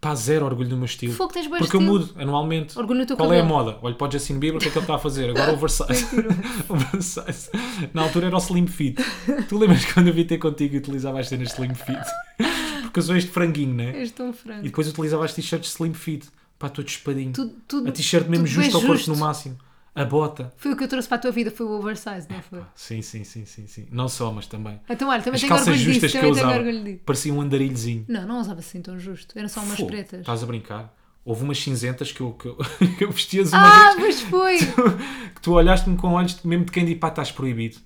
B: Pá, zero orgulho do meu estilo.
A: Fogo, tens bué
B: Porque eu
A: estilo.
B: mudo anualmente.
A: Orgulho no teu
B: Qual é a
A: cabelo.
B: moda? Olha, para o Justin Bieber, o que é que ele está a fazer? Agora oversize. [laughs] oversize. Na altura era o Slim Fit. Tu lembras quando eu vi ter contigo e utilizava as cenas Slim Fit? [laughs] Porque eu sou este franguinho, né?
A: És tão
B: E
A: franco.
B: depois utilizava as t-shirts slim fit. Pá, todo espadinho.
A: Tudo- tudo-
B: a t-shirt mesmo
A: tudo bem
B: justo ao corpo
A: justo.
B: no máximo. A bota.
A: Foi o que eu trouxe para a tua vida, foi o oversize, não é? foi?
B: Sim, sim, sim, sim, sim. Não só, mas também.
A: Então, olha, também
B: As
A: tenho orgulho
B: calças justas
A: disso,
B: que eu
A: também tenho
B: usava.
A: orgulho disso.
B: Parecia um andarilhozinho.
A: Não, não usava assim tão justo, eram só umas
B: Fogo,
A: pretas.
B: Estás a brincar? Houve umas cinzentas que eu, que eu, [laughs] que eu vestias uma
A: Ah,
B: vez
A: mas foi!
B: [laughs] que tu olhaste-me com olhos de- mesmo de quem diz pá, estás proibido.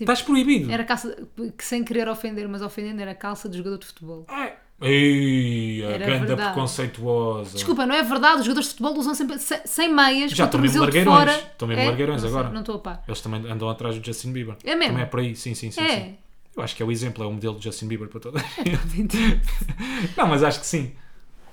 B: Estás proibido.
A: Tipo, Era calça que sem querer ofender, mas ofendendo era calça de jogador de futebol.
B: É. Ei, a
A: Era
B: ganda
A: verdade.
B: preconceituosa.
A: Desculpa, não é verdade, os jogadores de futebol usam sempre se- sem meias, com
B: Já,
A: o
B: estão mesmo
A: tornozelo de
B: largueirões.
A: fora. É?
B: Estão mesmo largueirões
A: Não sei,
B: agora.
A: Não estou a par.
B: Eles também andam atrás do Justin Bieber.
A: É mesmo?
B: Também é por aí, sim, sim, sim.
A: É.
B: sim.
A: [laughs]
B: [laughs] Eu acho que é o exemplo, é o modelo do Justin Bieber para toda a gente. [laughs] Não, mas acho que sim.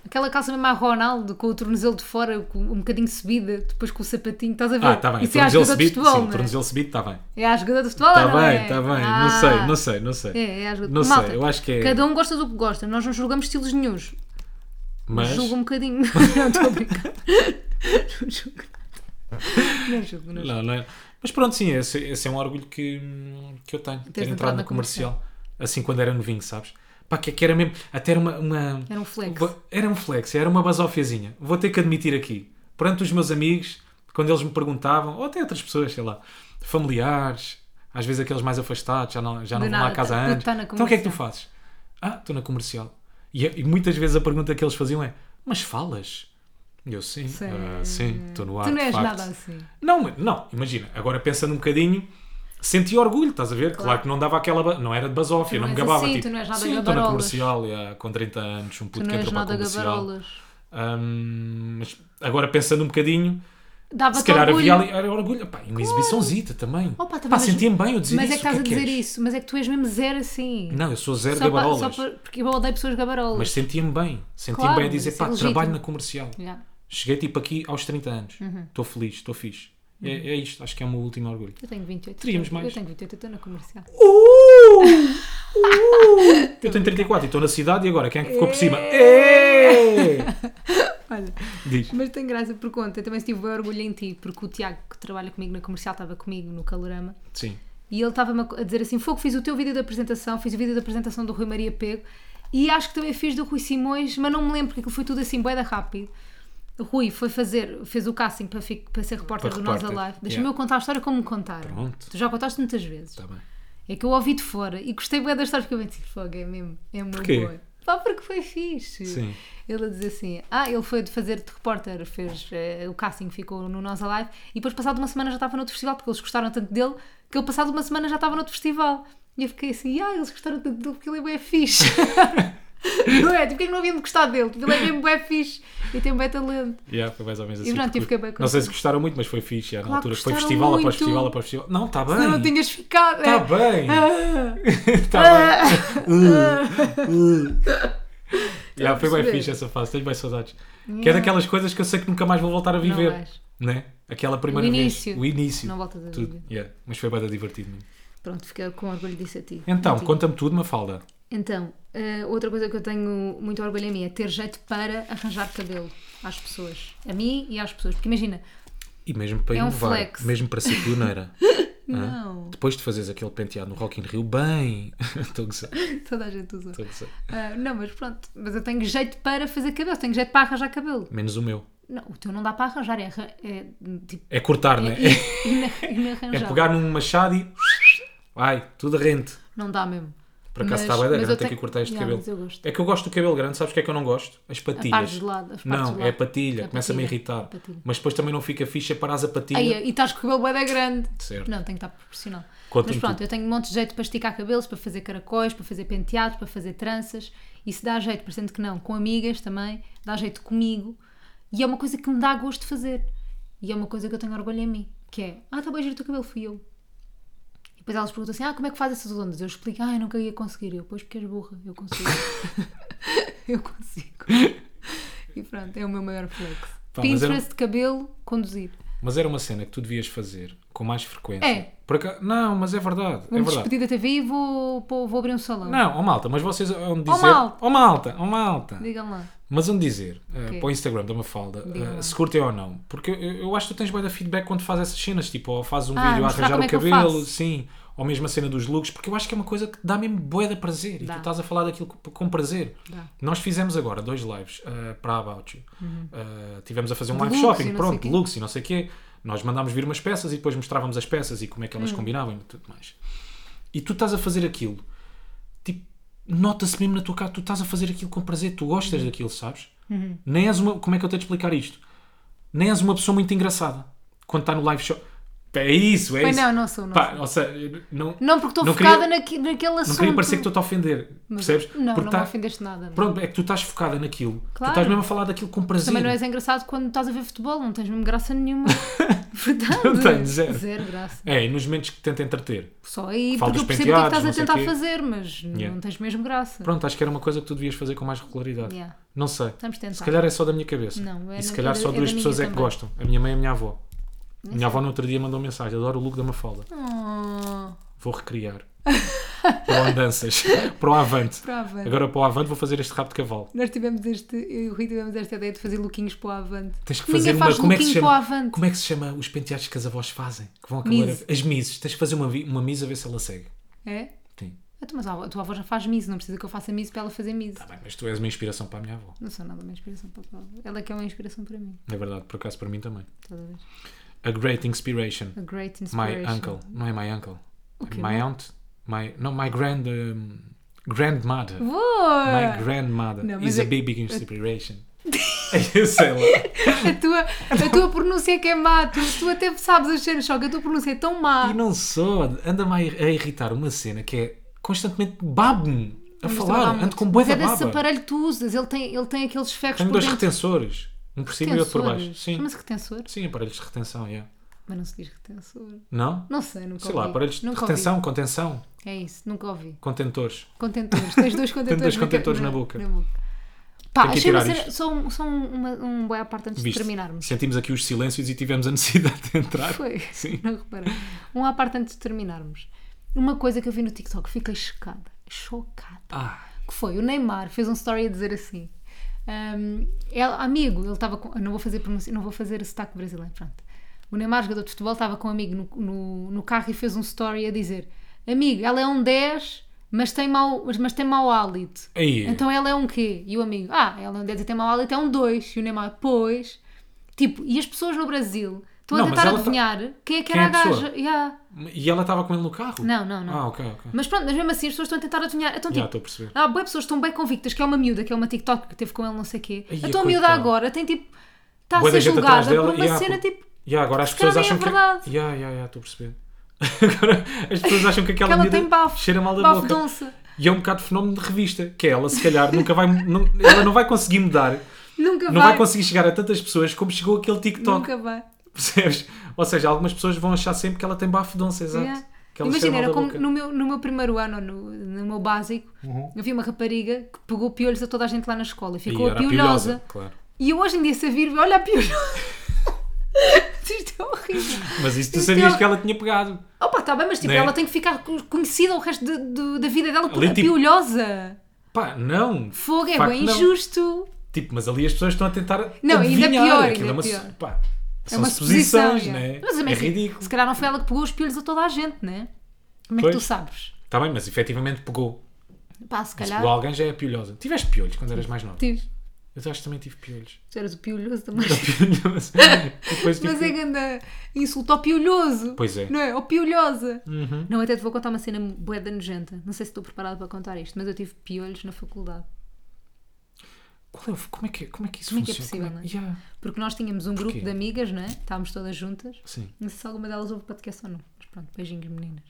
A: Aquela calça mesmo à Ronaldo, com o tornozelo de fora, com um bocadinho subida, depois com o sapatinho, estás a ver?
B: Ah, está bem.
A: Isso é à jogador de
B: subido,
A: futebol,
B: sim,
A: não é?
B: tornozelo subido, está bem.
A: É à jogador de futebol ou
B: Está
A: não
B: bem,
A: é?
B: está bem.
A: Ah.
B: Não sei, não sei, não sei.
A: É, é às vezes.
B: Não sei,
A: Malta,
B: eu acho que é-
A: Cada um gosta do que gosta, nós não julgamos estilos nenhuns.
B: Mas
A: Julgo um
B: [laughs]
A: bocadinho. Não estou a brincar. [laughs] Não julgo nada. Não julgo, não julgo.
B: não, não é. Mas pronto, sim, esse, esse é um orgulho que, hum, que eu tenho. Ter
A: entrado
B: entrado
A: na
B: na comercial. Assim quando era novinho, sabes? Pá, que, que era mesmo. Até era uma. uma-
A: Era um flex.
B: Vou- Era um flex, era uma basofiazinha. Vou ter que admitir aqui, perante os meus amigos, quando eles me perguntavam, ou até outras pessoas, sei lá, familiares, às vezes aqueles mais afastados, já não, já
A: Do
B: não vão lá à
A: nada,
B: casa há
A: puto,
B: anos.
A: tá na
B: Então o que é que tu
A: comercial."
B: fazes? Ah, estou na comercial. E, e muitas vezes a pergunta que eles faziam é: Mas falas? E eu sim,
A: Sim.
B: ah, sim, estou no ar.
A: Tu não
B: de
A: és
B: facto."
A: nada assim.
B: Não, mas- não, imagina, agora pensando um bocadinho, senti orgulho, estás a ver? Claro, que não dava aquela. ba- Não era de basófia,
A: Tu não
B: não me
A: és
B: gabava.
A: assim,
B: tipo,
A: tu não és nada
B: Sim, estou na
A: gabarolas."
B: comercial e há- com 30 anos, um
A: Tu
B: puto
A: não
B: que
A: és
B: entrou para a
A: nada
B: comercial.
A: gabarolas.
B: Hum, mas agora pensando um bocadinho,
A: Dava-te
B: se calhar
A: orgulho.
B: havia ali era orgulho. Pá, e uma exibiçãozita também.
A: Opa, também,
B: Pá,
A: mas-
B: sentia-me bem eu dizer
A: Mas é
B: isso.
A: que estás
B: o
A: a
B: que
A: dizer
B: queres?
A: isso, mas é que tu és mesmo zero assim.
B: Não, eu sou zero
A: Só pa-
B: gabarolas.
A: só pa- porque eu odeio pessoas gabarolas.
B: Mas sentia-me bem. Sentia-me
A: Claro,
B: bem a dizer,
A: mas isso é
B: pá,
A: legítimo. Uhum.
B: trabalho na comercial.
A: Yeah.
B: Cheguei tipo aqui aos 30 anos. Estou feliz, estou fixe.
A: Uhum.
B: É, é isto, acho que é o meu último orgulho.
A: Eu tenho 28.
B: Teríamos
A: eu
B: mais.
A: tenho 28, eu estou na comercial. Uh,
B: Eu tenho 34 e estou na cidade e agora quem é que ficou por cima? É!
A: Olha,
B: Diz.
A: mas tem graça por conta. Eu também tive bem orgulho em ti, porque o Tiago, que trabalha comigo na comercial, estava comigo no Calorama.
B: Sim.
A: E ele estava-me a co- a dizer assim: Fogo, fiz o teu vídeo da apresentação, fiz o vídeo da apresentação do Rui Maria Pego e acho que também fiz do Rui Simões, mas não me lembro porque aquilo foi tudo assim, boeda rápido. Rui foi fazer, fez o casting para, fi- para ser repórter
B: Para
A: do Nós
B: repórter,
A: Alive. Deixa-me
B: yeah.
A: eu contar a história como me contaram.
B: Pronto.
A: Tu já contaste muitas vezes.
B: Está bem.
A: É que eu ouvi de fora e gostei bem da história porque eu pensei, fogo, é mesmo, é uma
B: Porquê?
A: boa. Pá, porque foi fixe.
B: Sim.
A: Ele a dizer assim, ah, ele foi de fazer de repórter, fez eh, o casting, ficou no Nós Alive e depois passado uma semana já estava noutro festival porque eles gostaram tanto dele que ele passado uma semana já estava noutro festival. E eu fiquei assim, ah, eles gostaram tanto dele porque ele é bem
B: [laughs]
A: fixe. não é? Tipo, porque é que não haviam de gostar dele? Tipo, ele é mesmo bem fixe e tem bem talento.
B: Yeah, foi mais ou menos assim.
A: pronto,
B: porque-
A: eu fiquei bem
B: Não sei se gostaram muito, mas foi fixe. yeah, na
A: Claro que
B: altura foi
A: gostaram
B: festival após
A: muito.
B: festival após festival. Não, está bem.
A: Se não tinhas ficado.
B: Está
A: é.
B: Tá bem. Tá
A: Ah.
B: Está bem. yeah, foi bem
A: perceber.
B: fixe essa fase. Tenho bem saudades. Que é daquelas coisas que eu sei que nunca mais vou voltar a viver.
A: vais.
B: Né? Aquela primeira
A: O
B: vez.
A: início.
B: O início.
A: Não voltas a
B: Tudo,
A: viver.
B: yeah. Mas foi bem divertido. mesmo.
A: Pronto, fiquei com orgulho disso a ti.
B: Então,
A: A ti.
B: conta-me tudo, Mafalda.
A: Então, eh, outra coisa que eu tenho muito orgulho em mim é ter jeito para arranjar cabelo às pessoas. A mim e às pessoas. Porque imagina,
B: E mesmo para
A: É um
B: inovar,
A: flex.
B: mesmo para ser
A: [laughs]
B: pioneira. Hã?
A: Não. [laughs]
B: Depois de fazeres aquele penteado no Rock in Rio, bem. [laughs] Estou a gozar,
A: toda a gente usa.
B: estou a gozar.
A: Ah, não, mas pronto. Mas eu tenho jeito para fazer cabelo, tenho jeito para arranjar cabelo.
B: Menos o meu.
A: Não, o teu não dá para arranjar, é, arran- é tipo.
B: É cortar, não
A: É,
B: é?
A: é,
B: É pegar num machado e. Vai, tudo rente.
A: Não dá mesmo.
B: Por acaso está
A: Mas-
B: bem da
A: mas eu
B: grande, tem que
A: tenho-
B: cortar este
A: Ya,
B: cabelo.
A: mas eu gosto.
B: É que eu gosto do cabelo grande, sabes o que é que eu não gosto? As patilhas.
A: partes de lado, as partes
B: não,
A: de
B: é a
A: lado.
B: patilha,
A: A
B: começa-me a
A: patilha,
B: irritar.
A: a patilha.
B: Mas depois também não fica ficha para as a patilha.
A: Ai, e estás com o cabelo bué da grande.
B: Certo.
A: Não, tem que estar proporcional.
B: Conta-me
A: Mas pronto,
B: tudo.
A: eu tenho um monte de jeito para esticar cabelos, para fazer caracóis, para fazer penteados, para fazer tranças. Isso dá jeito, parecendo que não. Com amigas também, dá jeito comigo. E é uma coisa que me dá gosto de fazer. E é uma coisa que eu tenho orgulho em mim. Que é, ah, está bem giro o teu cabelo, fui eu. E depois elas perguntam assim, ah, como é que faz essas ondas? Eu explico, ah, eu nunca ia conseguir. Eu, pois porque és burra, eu
B: [laughs]
A: consigo. eu consigo. E pronto, é o meu maior flex.
B: Pá, mas era-
A: Pinterest de cabelo, conduzir.
B: Mas era uma cena que tu devias fazer com mais frequência.
A: É.
B: Por aca- Não, mas é verdade. é
A: Vou-me
B: verdade.
A: despedir da TV e vou, pô, vou abrir um salão.
B: Não, ó malta, mas vocês vão dizer.
A: malta.
B: Ó malta, ó malta.
A: Digam lá.
B: Mas vão dizer eh,
A: Quê?
B: para o Instagram da Mafalda eh,
A: Diga lá.
B: se curtem ou não. Porque eu, eu acho que tu tens bem da feedback quando fazes essas cenas, tipo, ou fazes um
A: Ah,
B: vídeo a
A: mostrar
B: arranjar
A: como
B: o
A: é que eu
B: cabelo,
A: faço.
B: sim, ou mesmo a cena dos looks, porque eu acho que é uma coisa que dá mesmo bué de prazer e
A: Dá.
B: tu estás a falar daquilo com, com prazer.
A: Dá.
B: Nós fizemos agora dois lives eh, para a About You. Eh, tivemos a fazer um
A: Uhum. De
B: live
A: looks e
B: shopping,
A: não sei
B: pronto,
A: quê.
B: de looks e não sei o quê. Nós mandámos vir umas peças e depois mostrávamos as peças e como é que
A: Hum.
B: elas combinavam e tudo mais. E tu estás a fazer aquilo tipo, nota-se mesmo na tua cara, tu estás a fazer aquilo com prazer, tu gostas
A: Uhum.
B: daquilo, sabes? Nem és uma, como é que eu tenho de explicar isto? Nem és uma pessoa muito engraçada quando está no live show. É isso, é
A: Pois
B: isso.
A: não, não sou, não
B: Pá, ou seja, não,
A: Não, porque estou
B: Não
A: focada
B: queria-
A: naqui- naquele assunto.
B: não queria parecer que estou-te a ofender,
A: Mas-
B: percebes?
A: Não,
B: Porque
A: não
B: tá-
A: me ofendeste nada. não.
B: Pronto, é que tu estás focada naquilo, tu
A: Claro.
B: estás mesmo a falar daquilo com prazer.
A: Também não és engraçado quando estás a ver futebol, não tens mesmo graça
B: [laughs]
A: nenhuma. Verdade.
B: Não tenho, zero.
A: graça.
B: É, e nos momentos que te tenta entreter.
A: Só aí,
B: Falo
A: porque eu
B: dos
A: percebo o que é que
B: penteados,
A: estás a
B: não sei
A: tentar
B: quê.
A: fazer, mas
B: Yeah.
A: não tens mesmo graça.
B: Pronto, acho que era uma coisa que tu devias fazer com mais regularidade.
A: Yeah.
B: Não sei.
A: Vamos tentar.
B: Se calhar é só da minha cabeça.
A: Não, é
B: e se
A: na-
B: calhar
A: é da-
B: só
A: é da
B: duas
A: minha
B: pessoas é que
A: também.
B: gostam. A minha mãe e a minha avó. minha avó no outro dia mandou mensagem. Adoro o look da Mafalda.
A: Oh,
B: Vou recriar. [laughs] para o Andanças. [laughs] Para o Avante.
A: para o Avante.
B: Agora para o Avante vou fazer este rabo de cavalo.
A: nós tivemos este, eu e o Rui tivemos esta ideia de fazer lookinhos para o avante.
B: Tens que fazer
A: Ninguém
B: uma...
A: faz
B: Como é que, se
A: lookinho para o
B: chama...
A: avante.
B: como é que se chama os penteados que as avós fazem? Que vão acabar
A: Mise.
B: a... As mises. Tens que fazer uma, vi- uma mise a ver se ela segue.
A: É?
B: Sim.
A: Ah, tu, Mas a avó- a tua avó já faz miso, não precisa que eu faça miso para ela fazer miso.
B: Tá bem, mas tu és uma inspiração para a minha avó.
A: Não sou nada uma inspiração para ela. Ela é que é uma inspiração para mim.
B: É verdade, por acaso para mim também.
A: Estás a ver?
B: A great inspiration.
A: A great
B: My
A: inspiration.
B: uncle. Não é my uncle.
A: Ok,
B: My aunt. My... Não, my grand... um, Grandmother.
A: Boa!
B: My grandmother
A: Não, mas
B: is a
A: é-
B: big, big inspiration. [laughs] eu sei lá.
A: A tua, a tua pronúncia é que é má. Tu, tu até sabes as cenas, só que a tua pronúncia é tão má.
B: E não só, anda-me a ir- a irritar uma cena que é constantemente babo-me a
A: Mas tu não dá
B: falar,
A: muito.
B: ando com bué
A: Mas
B: da
A: é desse
B: baba.
A: aparelho que tu usas. Ele tem, ele tem aqueles ferros
B: Tenho
A: por
B: dois
A: dentro.
B: retensores, um por cima e outro por baixo.
A: Retensores.
B: Sim,
A: Chama-se retensor?
B: sim aparelhos de retenção, yeah.
A: Mas não se diz retensor.
B: não?
A: Não sei, nunca
B: Sei
A: ouvi.
B: lá, aparelhos de
A: Nunca
B: retenção, contenção,
A: ouvi. É isso, nunca ouvi.
B: contentores.
A: Contentores. Tens
B: [laughs]
A: dois contentores,
B: dois
A: na-
B: contentores na boca.
A: na Pá,
B: Tenho que
A: achei uma
B: tirar
A: cena, só, um- só uma, um boa parte antes
B: Viste?
A: de terminarmos.
B: Sentimos aqui os silêncios e tivemos a necessidade de entrar.
A: [laughs] Foi.
B: Sim.
A: Não reparei. Um à parte antes de terminarmos. Uma coisa que eu vi no TikTok, fiquei chocada. Chocada.
B: Ah,
A: Que foi o Neymar fez um story a dizer assim. hum, ele- amigo, ele estava com. Não vou fazer pronúncia, não vou fazer sotaque brasileiro, pronto. O Neymar, jogador de futebol, estava com um amigo no, no, no carro e fez um story a dizer: Amigo, ela é um 10, mas tem mau, mas, mas tem mau hálito.
B: aí.
A: Então ela é um quê? E o amigo, ah, ela é um 10 e tem mau hálito, é um 2. E o Neymar, pois. Tipo, e as pessoas no Brasil estão
B: Não,
A: a
B: mas
A: tentar
B: ela tá-
A: adivinhar quem é que
B: Quem
A: era
B: é a
A: a
B: pessoa?
A: gaja. Yeah.
B: E ela estava com ele no carro?
A: Não, não, não.
B: Ah, ok, ok.
A: Mas pronto, mas mesmo assim as pessoas estão a tentar adivinhar. Então,
B: Já
A: tipo,
B: estou a perceber.
A: há boas pessoas que estão bem convictas que é uma miúda, que é uma TikTok que teve com ele não sei o quê. Então
B: Ai,
A: a
B: a
A: tua miúda
B: coitada.
A: agora tem tipo. Está a
B: Bué da
A: ser
B: gente atrás
A: julgada por uma
B: dela, yeah,
A: cena
B: por-
A: tipo.
B: E agora as
A: Se
B: pessoas
A: calhar
B: acham
A: nem
B: que.
A: é verdade.
B: Ya, ya, ya, estou a perceber. [laughs] Agora as pessoas acham que aquela
A: Que ela
B: miúda
A: tem bafo.
B: cheira mal da
A: bafo
B: boca.
A: doce.
B: E é um bocado fenómeno de revista, que é ela se calhar nunca vai. nu- ela não vai conseguir mudar,
A: Nunca
B: não
A: vai.
B: vai conseguir chegar a tantas pessoas como chegou aquele TikTok.
A: Nunca vai.
B: Percebes? Ou seja, algumas pessoas vão achar sempre que ela tem bafo donça, exato.
A: Yeah.
B: Que ela cheira
A: Imagina,
B: mal
A: era
B: da
A: como
B: boca. Uhum.
A: no meu, no meu primeiro ano, no, no meu básico, havia uma rapariga que pegou piolhos a toda a gente lá na escola e
B: E
A: ficou
B: era
A: a piolhosa.
B: claro.
A: E eu hoje em dia, se a vir, olha a piolhosa. [laughs] Isto é horrível.
B: Mas isso tu
A: Isto é
B: sabias
A: o-
B: que ela tinha pegado.
A: Opa, está bem, mas tipo,
B: Né?
A: ela tem que ficar co- conhecida o resto de- do- da vida dela por
B: Ali,
A: a
B: tipo,
A: piolhosa.
B: Pá, não.
A: Fogo é
B: facto,
A: bem
B: não.
A: injusto.
B: Tipo, mas ali as pessoas estão a tentar.
A: Não, ainda
B: adivinhar.
A: pior, ainda
B: Aquilo é uma,
A: pior.
B: Pá, são
A: é uma suposição.
B: suposições,
A: já.
B: né?
A: Mas também,
B: é
A: assim,
B: ridículo.
A: Se calhar não foi ela que pegou os piolhos a toda a gente, né? Como é que
B: Pois.
A: tu sabes?
B: Está Tá bem, mas efetivamente pegou.
A: Pá, se
B: Se
A: calhar.
B: pegou alguém já é piolhosa. Tiveste piolhos quando eras mais nova.
A: Tive.
B: Eu acho que também tive piolhos. [laughs]
A: Tu eras o piolhoso também.
B: Piolhoso. Depois, tipo,
A: Mas é grande insulto ao piolhoso.
B: Pois é.
A: Não é? Ao piolhosa.
B: Uhum.
A: Não, até te vou contar uma cena bué da nojenta. Não sei se estou preparada para contar isto, mas eu tive piolhos na faculdade.
B: Qual é o- como, é que, como é que isso
A: Como é que é
B: funciona?
A: possível,
B: Como
A: não é?
B: Yeah.
A: Porque nós tínhamos um grupo
B: Porquê?
A: de amigas, né? Estávamos todas juntas.
B: Sim.
A: Não sei se alguma delas ouve o podcast ou não. Mas pronto, beijinhos, meninas.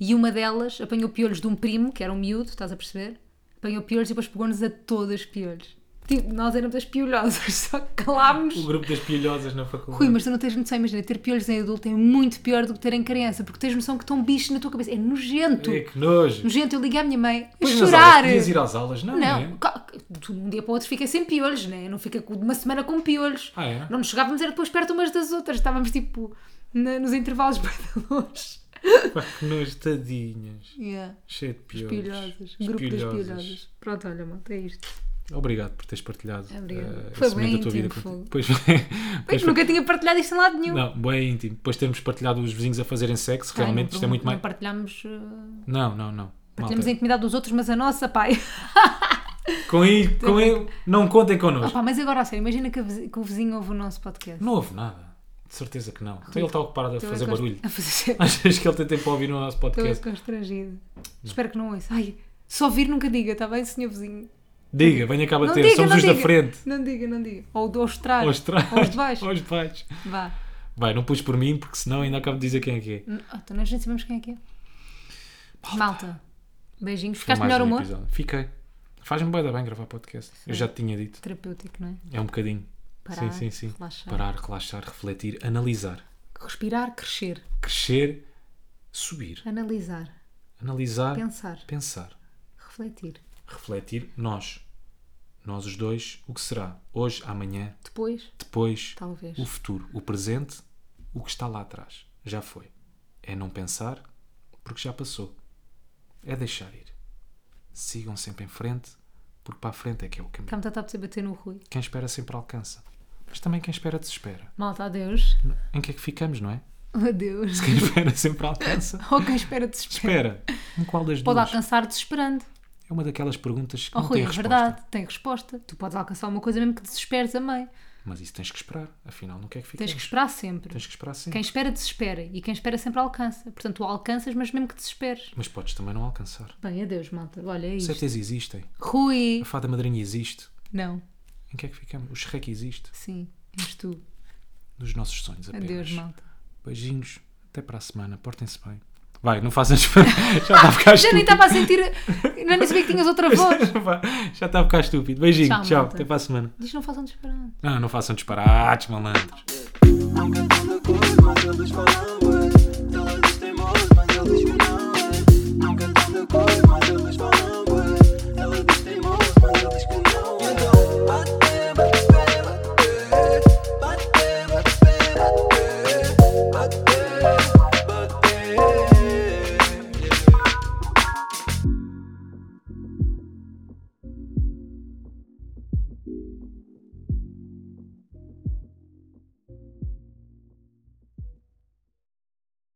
A: E uma delas apanhou piolhos de um primo, que era um miúdo, estás a perceber? Apanhou piolhos e depois pegou-nos a todas piolhos. Tipo, nós éramos as piolhosas, [laughs] só que calámos.
B: O grupo das piolhosas na faculdade.
A: Rui, mas tu não tens noção, imagina, ter piolhos em adulto é muito pior do que ter em criança, porque tens noção que estão bichos na tua cabeça. É nojento.
B: É que nojo.
A: Nojento, eu liguei à minha mãe a
B: Pois nas
A: chorar.
B: aulas, Podias ir às aulas, não,
A: Não,
B: é?
A: ca- tu de um dia para o outro fica sem piolhos, né? Eu Não fica com- uma semana com piolhos.
B: Ah, é?
A: Não nos chegávamos, era depois perto umas das outras. Estávamos tipo na- nos intervalos [laughs] bem de longe.
B: Pá, que nojo, tadinhas.
A: Yeah.
B: Cheio de piolhos.
A: Piolhosas. Grupo das
B: Piolhosas.
A: piolhosas. Pronto, olha, malta, é isto.
B: Obrigado por teres partilhado
A: Obrigada.
B: eh,
A: Foi
B: esse momento
A: bem
B: da tua
A: íntimo,
B: vida
A: fogo.
B: contigo. Pois, foi-
A: Bem
B: [laughs] pois
A: que
B: foi.
A: nunca tinha partilhado isto em lado nenhum.
B: Não, bem íntimo. Depois termos partilhado os vizinhos a fazerem sexo,
A: Ai,
B: realmente
A: não,
B: isto é muito
A: não
B: mais.
A: partilhámos. eh,
B: Não, não, não.
A: Partilhamos
B: Malta,
A: a intimidade dos outros, mas a nossa, pai. [laughs]
B: Com ele, com ele, não contem connosco.
A: Opa, Ah, mas agora a sério, imagina que, a vizi- que o vizinho ouve o nosso podcast.
B: Não houve nada. De certeza que não. Então ele está ocupado a
A: Então é
B: fazer
A: const-
B: barulho.
A: [laughs]
B: [laughs]
A: A fazer
B: Achas que ele tem tempo para ouvir o nosso
A: Estou
B: podcast?
A: constrangida. Espero que não ouça. Ai, se ouvir nunca diga, está bem, senhor vizinho?
B: Diga, venha cá
A: não
B: bater.
A: diga,
B: Somos
A: não
B: os
A: diga.
B: da frente.
A: Não diga, não diga. Ou do austrália.
B: Aos trás.
A: Ou os de
B: [laughs]
A: baixo.
B: Aos de baixo.
A: Vá.
B: Vai, não pus por mim, porque senão ainda acabo de dizer quem é que é.
A: N- Ah, Então nós nem sabemos quem é que é. Malta. Beijinhos.
B: Foi
A: Ficaste
B: mais
A: melhor
B: um
A: humor?
B: episódio. Fiquei. Faz-me bué da bem gravar podcast. Eu já te tinha dito.
A: Terapêutico, não é?
B: É um bocadinho.
A: Parar,
B: sim, sim, sim.
A: relaxar.
B: Parar, relaxar, refletir, analisar.
A: Respirar, crescer,
B: Crescer, subir.
A: analisar,
B: Analisar,
A: pensar,
B: pensar.
A: refletir.
B: Refletir, nós. Nós os dois, o que será? Hoje, amanhã,
A: Depois,
B: depois,
A: talvez.
B: o futuro, o presente, o que está lá atrás. Já foi. É não pensar, porque já passou. É deixar ir. Sigam sempre em frente, porque para a frente é que é o caminho.
A: Está-me a tentar perceber bater no Rui.
B: Quem espera sempre alcança. Mas também quem espera desespera.
A: Malta, adeus.
B: Em que é que ficamos, não é?
A: Adeus. [laughs]
B: Quem [laughs] espera sempre alcança.
A: Ou quem espera desespero.
B: Espera, em qual das
A: Pode
B: duas?
A: alcançar desesperando.
B: É uma daquelas perguntas que
A: Oh,
B: não
A: Rui,
B: tem
A: é
B: resposta.
A: verdade, tem resposta. Tu podes alcançar uma coisa mesmo que desesperes a meio.
B: Mas isso tens que esperar. Afinal, não quer que fique.
A: Tens que esperar sempre.
B: Tens que esperar sempre.
A: Quem espera, desespera. E quem espera sempre alcança. Portanto, tu alcanças, mas mesmo que desesperes.
B: Mas podes também não alcançar.
A: Bem, adeus, malta. Olha, é
B: Os
A: isto.
B: ETs existem.
A: Rui!
B: A fada madrinha existe.
A: Não.
B: Em que é que ficamos? O Shrek existe.
A: Sim, és tu.
B: Nos nossos sonhos apenas.
A: Adeus, malta.
B: Beijinhos. Até para a semana. Portem-se bem. Vai, não faças... [laughs] Já está a
A: [laughs]
B: ficar
A: Já nem
B: estúpido.
A: estava a sentir. Não nem sabia que tinhas
B: [laughs]
A: outra voz.
B: Já está a ficar estúpido. Beijinhos.
A: Tchau,
B: Tchau.
A: malta.
B: Até para a semana.
A: Diz, não façam desesperante.
B: Não, não façam disparates, malandros.